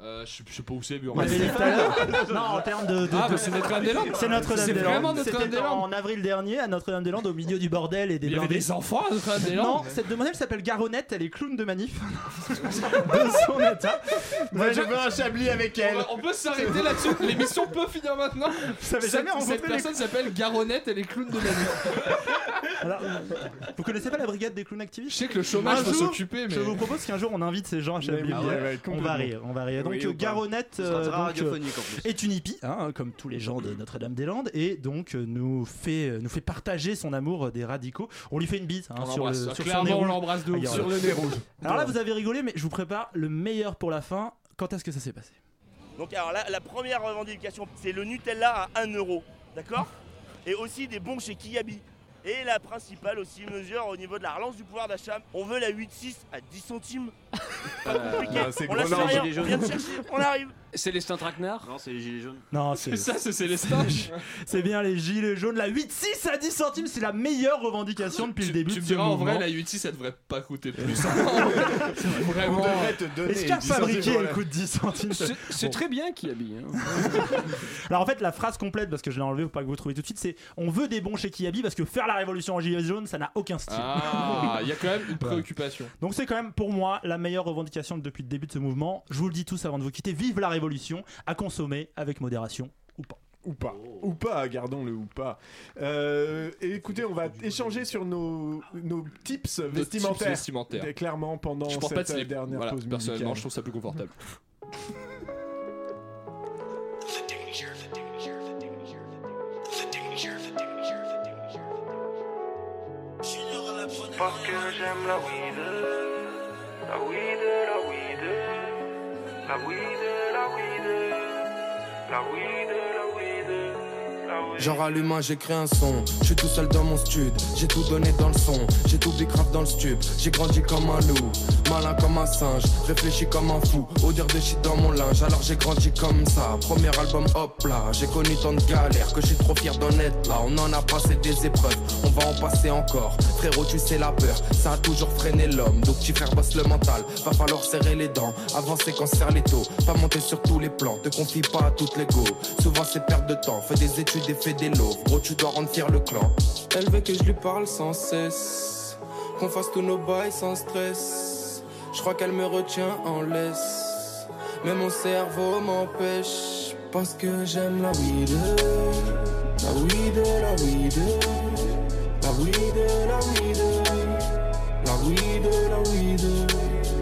Speaker 9: Euh, je sais- je sais pas où c'est, Bure.
Speaker 11: On l'avait dit tout à l'heure. [LAUGHS] Non, en termes de. de-
Speaker 9: Ah,
Speaker 11: de-
Speaker 9: bah, c'est Notre-Dame-des-Landes.
Speaker 11: C'est
Speaker 9: C'est vraiment
Speaker 11: Notre-Dame-des-Landes. C'était
Speaker 9: Notre-Dame-des-Landes.
Speaker 11: en avril dernier à Notre-Dame-des-Landes, au milieu du bordel et des
Speaker 9: Il y avait
Speaker 11: blindés.
Speaker 9: des enfants à Notre-Dame-des-Landes.
Speaker 11: Non, cette demoiselle s'appelle Garonnette, elle est clown de manif. [LAUGHS] de son état.
Speaker 1: Moi, je veux un chablis avec elle.
Speaker 9: Bah, On va- On peut s'arrêter là-dessus. L'émission peut finir maintenant.
Speaker 11: Ça avait
Speaker 9: Cette-
Speaker 11: jamais rencontré
Speaker 9: Cette
Speaker 11: les-
Speaker 9: personne s'appelle Garonnette, elle est clown de l'année.
Speaker 11: Alors, vous connaissez pas la brigade des clowns activistes Je
Speaker 9: sais que le chômage
Speaker 11: Un
Speaker 9: faut
Speaker 11: jour,
Speaker 9: s'occuper, mais-
Speaker 11: Je vous propose qu'un jour on invite ces gens à
Speaker 9: Mais
Speaker 11: Chablis.
Speaker 9: oui, ouais, ouais,
Speaker 11: on
Speaker 9: complètement.
Speaker 11: va rire, on va rire. Donc
Speaker 9: Oui, ou pas.
Speaker 11: Garonnette
Speaker 9: Ce sera
Speaker 11: euh,
Speaker 9: très
Speaker 11: donc,
Speaker 9: radiophonique, en plus.
Speaker 11: est une hippie, hein, comme tous les gens de Notre-Dame-des-Landes, et donc euh, nous fait euh, nous fait partager son amour euh, des radicaux. On lui fait une bise hein,
Speaker 9: On
Speaker 11: sur le
Speaker 9: l'embrasse.
Speaker 11: sur son
Speaker 9: Clairement,
Speaker 11: nez
Speaker 9: on
Speaker 11: rouge.
Speaker 9: l'embrasse de ouf.
Speaker 11: Ah,
Speaker 9: Sur le nez rouge.
Speaker 11: Alors là vous avez rigolé, mais je vous prépare le meilleur pour la fin. Quand est-ce que ça s'est passé
Speaker 20: Donc alors là, la première revendication, c'est le Nutella à 1 euro, d'accord Et aussi des bons chez Kiabi. Et la principale aussi mesure au niveau de la relance du pouvoir d'achat, on veut la 8,6 à 10 centimes. Pas
Speaker 8: Euh,
Speaker 20: compliqué,
Speaker 8: non, c'est
Speaker 20: on lâche
Speaker 8: Groland.
Speaker 20: rien,
Speaker 8: Gilets
Speaker 20: on
Speaker 8: jaunes.
Speaker 20: vient de chercher, on arrive.
Speaker 8: Célestin Traquenard
Speaker 20: Non, c'est les gilets jaunes.
Speaker 8: [LAUGHS]
Speaker 11: Non, c'est
Speaker 9: ça, c'est Célestin.
Speaker 11: [LAUGHS] C'est bien les gilets jaunes. La 8-6 à 10 centimes, c'est la meilleure revendication depuis le début
Speaker 9: Tu
Speaker 11: de
Speaker 9: me
Speaker 11: ce
Speaker 9: diras Ah, en vrai,
Speaker 11: mouvement.
Speaker 9: la 8 ça devrait pas
Speaker 11: [LAUGHS]
Speaker 9: coûter plus. Vraiment.
Speaker 11: On devrait te donner Est-ce qu'à 10 fabriquer, centimes, elle voilà. coûte 10 centimes
Speaker 8: C'est c'est
Speaker 11: Bon.
Speaker 8: très bien qui habille. hein.
Speaker 11: Alors en fait, la phrase complète, parce que je l'ai enlevée, faut pas que vous le trouviez tout de suite, c'est on veut des bons chez Kiabi parce que faire la révolution en gilet jaune, ça n'a aucun style.
Speaker 9: Ah, il y a quand
Speaker 11: [LAUGHS]
Speaker 9: même une préoccupation.
Speaker 11: Donc c'est quand même pour moi la meilleure revendication depuis le début de ce mouvement. Je vous le dis tous avant de vous quitter, vive la révolution, à consommer avec modération ou pas.
Speaker 1: Ou pas. Ou pas, gardons le ou pas. Euh, et écoutez, on va échanger sur nos, nos tips vestimentaires.
Speaker 9: tips vestimentaires.
Speaker 1: Et Clairement, pendant
Speaker 9: Je porte
Speaker 1: cette
Speaker 9: pas de slip.
Speaker 1: dernière
Speaker 9: Voilà,
Speaker 1: pause
Speaker 9: personnellement,
Speaker 1: musicale.
Speaker 9: je trouve ça plus confortable.
Speaker 14: Parce que j'aime la weed. La weed, la weed. La weed, la weed. La weed, la weed.
Speaker 21: J'en rallume un, j'écris un son. Je suis tout seul dans mon stud. J'ai tout donné dans le son. J'ai tout grave dans le stube. J'ai grandi comme un loup, malin comme un singe. Réfléchi comme un fou. Odeur de shit dans mon linge. Alors j'ai grandi comme ça. Premier album, hop là. J'ai connu tant de galères que je suis trop fier d'en être là. On en a passé des épreuves. On va en passer encore. Frérot, tu sais la peur. Ça a toujours freiné l'homme. Donc tu faire bosse le mental. Va falloir serrer les dents. Avancer quand serre les taux. Pas monter sur tous les plans. Te confie pas à toutes les go. Souvent c'est perte de temps. Fais des études et fais des lots. Gros, tu dois rendre fier le clan. Elle veut que je lui parle sans cesse. Qu'on fasse tous nos bails sans stress. Je crois qu'elle me retient en laisse. Mais mon cerveau m'empêche. Parce que j'aime la weed. La weed, la weed. La weed, la weed. La weed, la weed,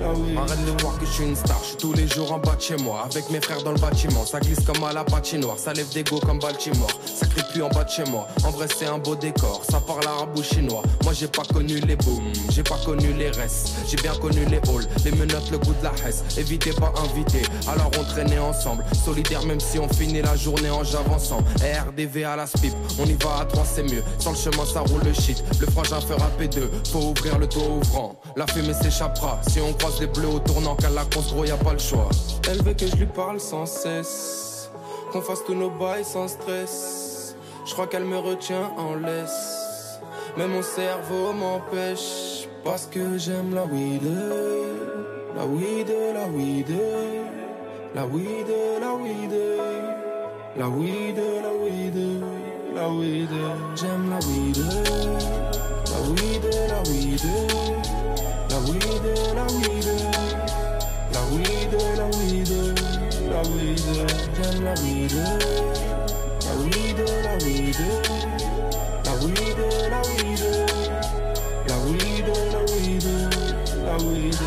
Speaker 21: la weed. Arrête de croire que je suis une star, je suis tous les jours en bas de chez moi. Avec mes frères dans le bâtiment, ça glisse comme à la patinoire. Ça lève des go comme Baltimore, ça crie plus en bas de chez moi. En vrai, c'est un beau décor, ça parle arabe ou chinois. Moi, j'ai pas connu les booms, j'ai pas connu les restes. J'ai bien connu les halls, les menottes, le goût de la hesse. Évitez pas invité, alors on traînait ensemble. Solidaire, même si on finit la journée en j'avançant. RDV à la spip, on y va à trois, c'est mieux. Sans le chemin, ça roule le shit. Le frangin fera P2, faut ouvrir le toit ouvrant. La fumée s'échappera. Si on croise les bleus au tournant, qu'à la construit, y a pas le choix. Elle veut que je lui parle sans cesse. Qu'on fasse tous nos bails sans stress. Je crois qu'elle me retient en laisse. Mais mon cerveau m'empêche. Parce que j'aime la weed.
Speaker 14: La weed, la weed, la weed, la weed, la weed, la weed, la weed. J'aime la weed, la weed, la weed, la weed, la weed, la weed, la weed, la weed. J'aime la weed, la weed, la weed, la weed, la weed, la weed, la weed, la weed.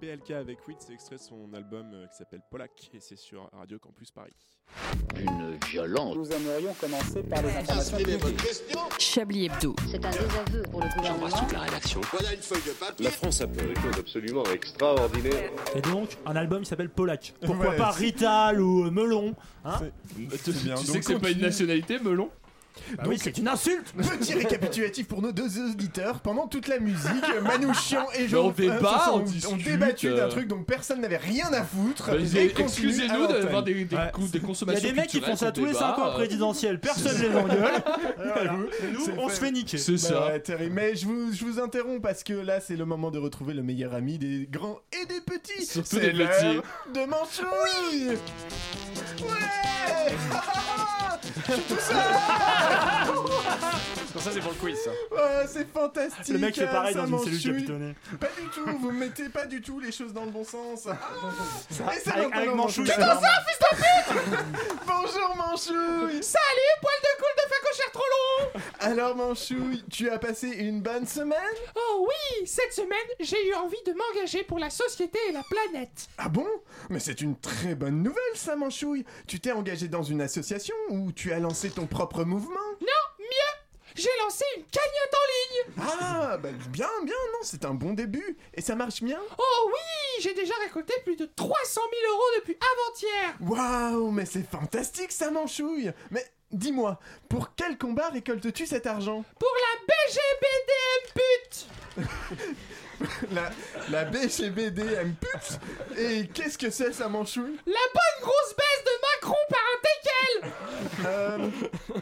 Speaker 22: PLK avec Weed, c'est extrait de son album euh, qui s'appelle Polak et c'est sur Radio Campus Paris.
Speaker 23: Une violence.
Speaker 4: Nous aimerions commencer par les
Speaker 23: informations publiques.
Speaker 24: Chablis Hebdo.
Speaker 4: C'est un désaveu pour le gouvernement.
Speaker 23: la rédaction. Voilà une feuille de
Speaker 25: La France a fait des choses absolument extraordinaires.
Speaker 9: Bah
Speaker 11: Et donc, un album il s'appelle Polak. Pourquoi
Speaker 25: Ouais,
Speaker 11: pas
Speaker 25: c'est-
Speaker 11: Rital ou euh, Melon hein
Speaker 22: Tu
Speaker 9: tu sais que c'est pas une nationalité, melon
Speaker 11: Bah oui, c'est une insulte
Speaker 1: Petit récapitulatif pour nos deux auditeurs. Pendant toute la musique,
Speaker 9: [LAUGHS]
Speaker 1: Manouchian et
Speaker 9: Mais
Speaker 1: Jean euh,
Speaker 9: on débat,
Speaker 1: se sont-
Speaker 9: on
Speaker 1: ont
Speaker 9: discute,
Speaker 1: débattu d'un
Speaker 9: euh.
Speaker 1: truc dont personne n'avait rien à foutre.
Speaker 9: Bah,
Speaker 1: Et continue Ah, à
Speaker 9: Excusez-nous
Speaker 1: l'antenne.
Speaker 9: d'avoir des, des,
Speaker 1: Ouais.
Speaker 9: cou- des consommations.
Speaker 11: Il y a des mecs qui
Speaker 9: culturelles
Speaker 11: font ça
Speaker 9: sans
Speaker 11: tous les
Speaker 9: débat,
Speaker 11: cinq ans
Speaker 9: euh.
Speaker 11: présidentielle, personne les engueule. Nous, on se fait niquer.
Speaker 9: C'est ça.
Speaker 1: ouais, terrible. Bah, Mais je vous, je vous interromps parce que là, c'est le moment de retrouver le meilleur ami des grands et des petits.
Speaker 9: Surtout
Speaker 1: C'est
Speaker 9: des
Speaker 1: l'heure
Speaker 9: petits.
Speaker 1: De Manchouille Oui Ouais Je suis tout seul
Speaker 8: Ça, c'est pour le quiz, ça.
Speaker 1: Ouais, Ah, c'est fantastique.
Speaker 11: Le mec fait pareil
Speaker 1: ça
Speaker 11: dans une cellule
Speaker 1: m'enchouille.
Speaker 11: capitonnée.
Speaker 1: Pas du tout, vous mettez pas du tout les choses dans le bon sens. Ah Et c'est
Speaker 11: avec-
Speaker 1: maintenant
Speaker 11: avec
Speaker 1: dans Manchouille.
Speaker 11: Manchouille, c'est
Speaker 1: Comment ça, fils de pute [LAUGHS] Bonjour Manchouille. Salut, poil de coule de facochère trop long. Alors Manchouille, tu as passé une bonne semaine
Speaker 26: Oh oui, cette semaine, j'ai eu envie de m'engager pour la société et la planète.
Speaker 1: Ah bon Mais c'est une très bonne nouvelle ça Manchouille. Tu t'es engagé dans une association ou tu as lancé ton propre mouvement
Speaker 26: Non, mieux, j'ai lancé une cagnotte en ligne.
Speaker 1: Ah, bah bien, bien, non, c'est un bon début. Et ça marche bien
Speaker 26: Oh oui, j'ai déjà récolté plus de 300 000 euros depuis avant-hier.
Speaker 1: Waouh, mais c'est fantastique ça Manchouille. Mais dis-moi, pour quel combat récoltes-tu cet argent
Speaker 26: Pour la BGBDM
Speaker 1: [LAUGHS]
Speaker 26: pute
Speaker 1: La, la BGBDM pute Et qu'est-ce que c'est ça Manchouille
Speaker 26: La bonne grosse baisse de Macron par un teckel
Speaker 1: Euh,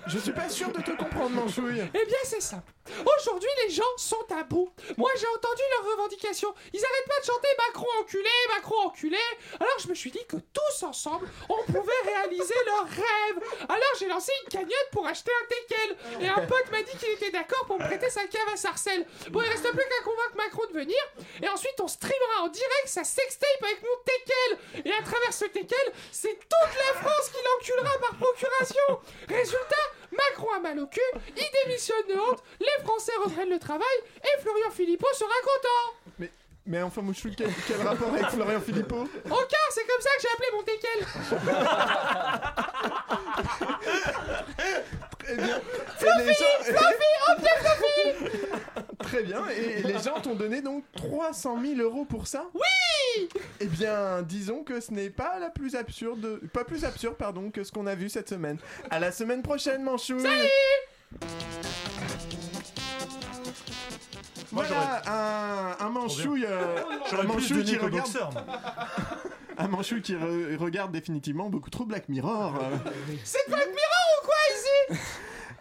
Speaker 1: Je suis pas sûr de te comprendre Manchouille.
Speaker 26: Eh bien, c'est simple. Aujourd'hui, les gens sont à bout. Moi, j'ai entendu leurs revendications. Ils arrêtent pas de chanter Macron enculé, Macron enculé. Alors, je me suis dit que tous ensemble, on pouvait réaliser leurs rêves. Alors, j'ai lancé une cagnotte pour acheter un teckel. Et un pote m'a dit qu'il était d'accord pour me prêter sa cave à Sarcelles. Bon, il reste plus qu'à convaincre Macron de venir. Et ensuite, on streamera en direct sa sextape avec mon teckel. Et à travers ce teckel, c'est toute la France qui l'enculera par procuration. Résultat, Macron a mal au cul, il démissionne de honte, les Français reprennent le travail et Florian Philippot sera content.
Speaker 1: Mais, mais enfin Manchouille, quel, quel rapport avec Florian Philippot
Speaker 26: Aucun, c'est comme ça que j'ai appelé mon teckel.
Speaker 1: Très bien. Et les
Speaker 26: Fluffy,
Speaker 1: gens-
Speaker 26: Fluffy, oh bien Fluffy
Speaker 1: [LAUGHS] Très bien, et les gens t'ont donné donc 300 000 euros pour ça
Speaker 26: Oui
Speaker 1: Eh bien, disons que ce n'est pas la plus absurde, pas plus absurde, pardon, que ce qu'on a vu cette semaine. À la semaine prochaine, Manchouille
Speaker 26: Salut
Speaker 1: Voilà un, un Manchouille, euh,
Speaker 11: J'aurais
Speaker 1: un
Speaker 11: plus
Speaker 1: Manchouille
Speaker 11: donné
Speaker 1: qui
Speaker 11: qu'au
Speaker 1: regarde,
Speaker 11: boxeur, moi.
Speaker 1: un Manchouille qui re- regarde définitivement beaucoup trop Black Mirror. [LAUGHS] euh.
Speaker 26: C'est Black Mirror ou quoi ici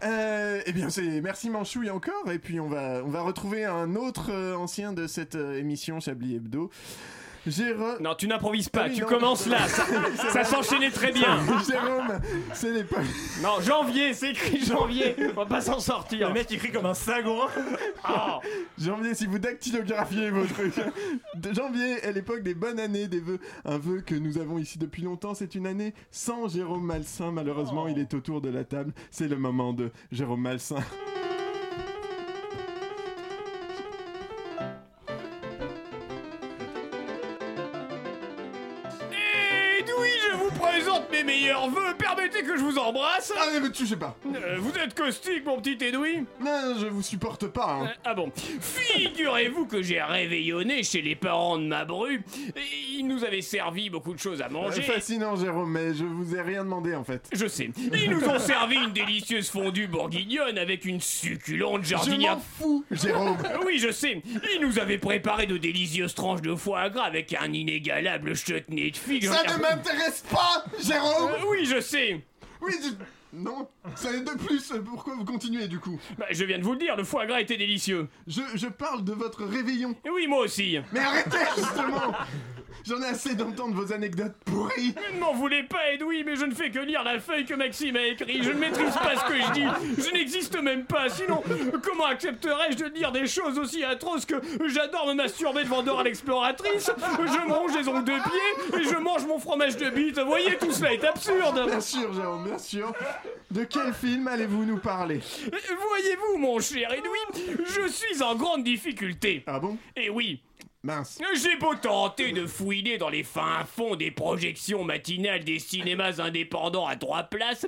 Speaker 1: Euh, eh bien, c'est merci Manchouille encore, et puis on va on va retrouver un autre euh, ancien de cette euh, émission Chablis Hebdo. J'ai re-
Speaker 8: Non, tu n'improvises pas,
Speaker 1: Ah oui,
Speaker 8: tu
Speaker 1: non.
Speaker 8: commences là. Ça,
Speaker 1: [LAUGHS] C'est
Speaker 8: ça
Speaker 1: vrai.
Speaker 8: s'enchaînait très bien.
Speaker 1: [LAUGHS] Jérôme, c'est les pas-
Speaker 8: Non, janvier, c'est écrit [LAUGHS] janvier. On va pas s'en sortir. Ah, Le
Speaker 11: mec écrit comme un sagouin.
Speaker 1: [LAUGHS] Janvier, si vous dactylographiez vos trucs. [LAUGHS] De janvier est l'époque des bonnes années, des vœux. Un vœu que nous avons ici depuis longtemps, c'est une année sans Jérôme Malsain. Malheureusement, il est autour de la table. C'est le moment de Jérôme Malsain.
Speaker 8: Et oui, je vous présente mes
Speaker 27: meilleurs vœux. Permettez que je vous embrasse.
Speaker 1: Allez, me touchez pas.
Speaker 8: Euh,
Speaker 27: vous êtes caustique, mon petit Edoui.
Speaker 1: Non, je vous supporte pas.
Speaker 8: Euh,
Speaker 1: hein.
Speaker 27: ah bon Figurez-vous que j'ai réveillonné chez les parents de ma bru. Et Ils nous avaient servi beaucoup de choses à manger.
Speaker 1: Euh, Fascinant, Jérôme, mais je vous ai rien demandé en fait.
Speaker 27: Je sais. Ils nous ont servi une délicieuse fondue bourguignonne avec une succulente jardinière. Euh,
Speaker 1: Je m'en fous, Jérôme.
Speaker 27: [LAUGHS] oui, je sais. Ils nous avaient préparé de délicieuses tranches de foie gras avec un inégalable chutney de figues.
Speaker 1: Ça ne m'intéresse pas, Jérôme.
Speaker 27: Euh, oui, je sais.
Speaker 1: Oui, je- non, ça est de plus. Pourquoi vous continuez du coup
Speaker 27: Bah, je viens de vous le dire, le foie gras était délicieux.
Speaker 1: je, je parle de votre réveillon.
Speaker 27: Oui, moi aussi.
Speaker 1: Mais arrêtez justement J'en ai assez d'entendre vos anecdotes pourries.
Speaker 27: Ne m'en voulez pas, Edoui, mais je ne fais que lire la feuille que Maxime a écrite. Je ne maîtrise pas ce que je dis. Je n'existe même pas. Sinon, comment accepterais-je de dire des choses aussi atroces que j'adore me masturber devant Dora l'exploratrice, je mange les ongles de pied et je mange mon fromage de bite. Vous voyez, tout cela est absurde.
Speaker 1: Bien sûr, Jérôme, bien sûr. De quel film allez-vous nous parler
Speaker 27: Voyez-vous, mon cher Edoui, je suis en grande difficulté.
Speaker 1: Ah bon
Speaker 27: Eh oui.
Speaker 1: Mince.
Speaker 27: J'ai beau tenter de fouiner dans les fins fonds des projections matinales des cinémas indépendants à trois places,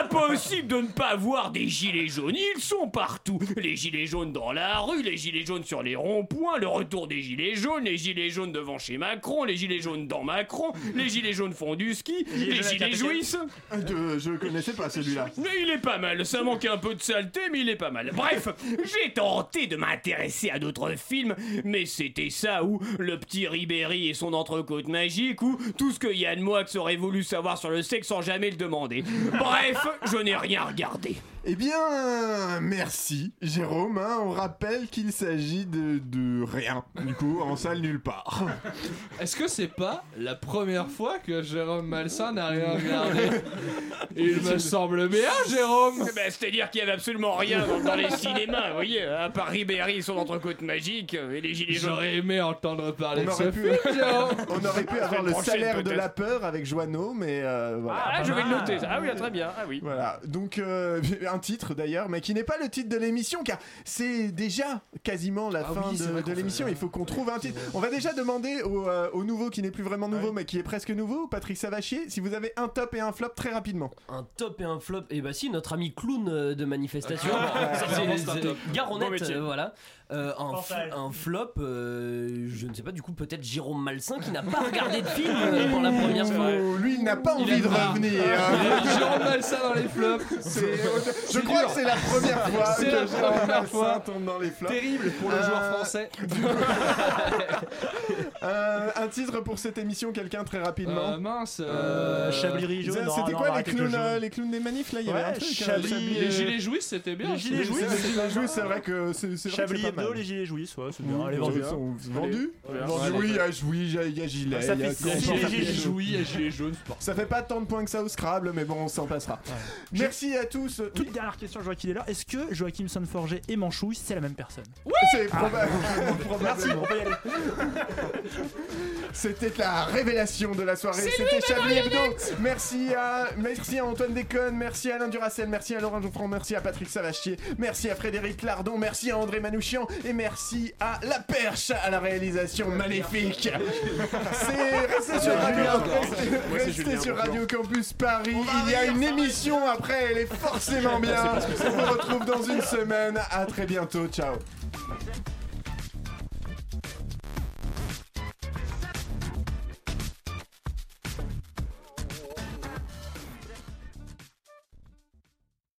Speaker 27: impossible de ne pas voir des gilets jaunes. Ils sont partout. Les gilets jaunes dans la rue, les gilets jaunes sur les ronds-points, le retour des gilets jaunes, les gilets jaunes devant chez Macron, les gilets jaunes dans Macron, les gilets jaunes font du ski, les gilets jouissent.
Speaker 1: Euh, Je, je connaissais pas celui-là.
Speaker 27: Mais il est pas mal, ça manque un peu de saleté, mais il est pas mal. Bref, j'ai tenté de m'intéresser à d'autres films, mais c'était ça ou le petit Ribéry et son entrecôte magique ou tout ce que Yann Moix aurait voulu savoir sur le sexe sans jamais le demander. Bref, je n'ai rien regardé.
Speaker 1: Eh bien, merci, Jérôme. hein. on rappelle qu'il s'agit de, de rien, du coup, en salle nulle part.
Speaker 9: Est-ce que c'est pas la première fois que Jérôme Malsain n'a rien regardé
Speaker 1: [LAUGHS]
Speaker 9: Il me semble bien, Jérôme
Speaker 27: Eh ben, C'est-à-dire qu'il y avait absolument rien dans, dans les cinémas, vous voyez, à part Ribéry et son entrecôte magique et les gilets jaunes.
Speaker 9: J'aurais aimé entendre parler
Speaker 1: On
Speaker 9: de
Speaker 1: aurait
Speaker 9: ce
Speaker 1: pu-
Speaker 9: film, Jérôme
Speaker 1: [LAUGHS] On aurait pu avoir le
Speaker 27: prochaine,
Speaker 1: salaire de
Speaker 27: peut-être.
Speaker 1: la peur avec Joanneau, mais euh, voilà.
Speaker 27: Ah, je vais le noter. ça. Ah oui, ah, très bien. Ah oui.
Speaker 1: Voilà, donc euh, [LAUGHS] un titre d'ailleurs, mais qui n'est pas le titre de l'émission, car c'est déjà quasiment la
Speaker 9: Ah
Speaker 1: fin
Speaker 9: oui, c'est
Speaker 1: de,
Speaker 9: vrai
Speaker 1: de
Speaker 9: qu'on
Speaker 1: l'émission. Il faut qu'on trouve un titre. On va déjà demander au, euh, au nouveau, qui n'est plus vraiment nouveau, mais qui est presque nouveau, Patrick Savachier, si vous avez un top et un flop très rapidement.
Speaker 6: Un top et un flop. Et bah si, notre ami clown euh, de manifestation,
Speaker 1: Ah,
Speaker 6: C'est-
Speaker 1: clairement,
Speaker 6: c'est-
Speaker 1: c'est un
Speaker 6: c'est-
Speaker 1: top.
Speaker 6: Garonnette,
Speaker 1: Bon métier.
Speaker 6: euh, voilà. Euh, un,
Speaker 1: Pense à
Speaker 6: fl-
Speaker 1: elle.
Speaker 6: un flop, euh, je ne sais pas, du coup peut-être Jérôme Malsain qui n'a pas regardé de
Speaker 1: [LAUGHS]
Speaker 6: film euh, pour la première
Speaker 1: Oh,
Speaker 6: fois.
Speaker 1: Lui, il Ah, n'a pas envie de revenir.
Speaker 9: Jérôme Malsain dans les flops
Speaker 1: C'est- Je crois que c'est la première fois que
Speaker 9: C'est la
Speaker 1: Jérôme
Speaker 9: première
Speaker 1: Malsain
Speaker 9: fois.
Speaker 1: tombe dans les flops.
Speaker 9: Terrible pour le joueur
Speaker 1: Euh,
Speaker 9: français.
Speaker 1: [LAUGHS] Euh, un titre pour cette émission, quelqu'un très rapidement.
Speaker 9: Euh, mince.
Speaker 1: Euh,
Speaker 9: Chablis
Speaker 1: Rijo, C'était non, quoi, non, les arrêtez clowns, de jouer. euh, les clowns des manifs là Il y avait un truc, hein, Chablis,
Speaker 9: Les
Speaker 1: euh,
Speaker 9: gilets jouisses, c'était bien.
Speaker 1: Les gilets jouisses, c'est- les gilets jouisses, c'est vrai que c'est c'est vrai que c'est
Speaker 11: Chablis
Speaker 1: pas
Speaker 11: Hebdo,
Speaker 1: mal.
Speaker 11: les gilets jouissent, ouais, c'est
Speaker 1: Oui,
Speaker 11: bien. Allez,
Speaker 1: ils
Speaker 11: vendus.
Speaker 1: sont vendus.
Speaker 11: Allez,
Speaker 1: Vendus,
Speaker 11: allez.
Speaker 1: Oui, il y a jouis, il y a- il y a gilet.
Speaker 11: Ça
Speaker 1: il y a
Speaker 11: fait six
Speaker 1: concours,
Speaker 11: gilets
Speaker 1: ça fait-
Speaker 11: jaunes.
Speaker 9: Jouis, les gilets jaunes, c'est pas-
Speaker 1: Ça fait pas tant de points que ça au Scrabble, mais bon, on s'en passera. Merci à tous.
Speaker 11: Toute dernière question, je vois qu'il est là. Est-ce que Joachim Sonforger et Manchouille, c'est la même personne
Speaker 1: Oui C'est probable.
Speaker 11: Merci, on peut y aller.
Speaker 1: C'était la révélation de la soirée.
Speaker 11: C'est
Speaker 1: C'était
Speaker 11: lui, ma
Speaker 1: Chablis Hebdo.
Speaker 11: marionnette
Speaker 1: Merci à, merci à Antoine Déconne, merci à Alain Duracel, merci à Laurent Geoffran, merci à Patrick Savachier, merci à Frédéric Lardon, merci à André Manouchian et merci à La Perche à la réalisation
Speaker 11: [LAUGHS]
Speaker 1: maléfique. C'est restez sur
Speaker 14: C'est
Speaker 1: Radio,
Speaker 14: Julien encore.
Speaker 1: restez-
Speaker 14: Moi, c'est
Speaker 1: restez
Speaker 14: Julien
Speaker 1: sur
Speaker 14: encore.
Speaker 1: Radio Campus Paris. Il y a une émission après, elle est forcément bien.
Speaker 14: C'est parce que c'est-
Speaker 1: On vous retrouve dans une semaine. À très bientôt. Ciao.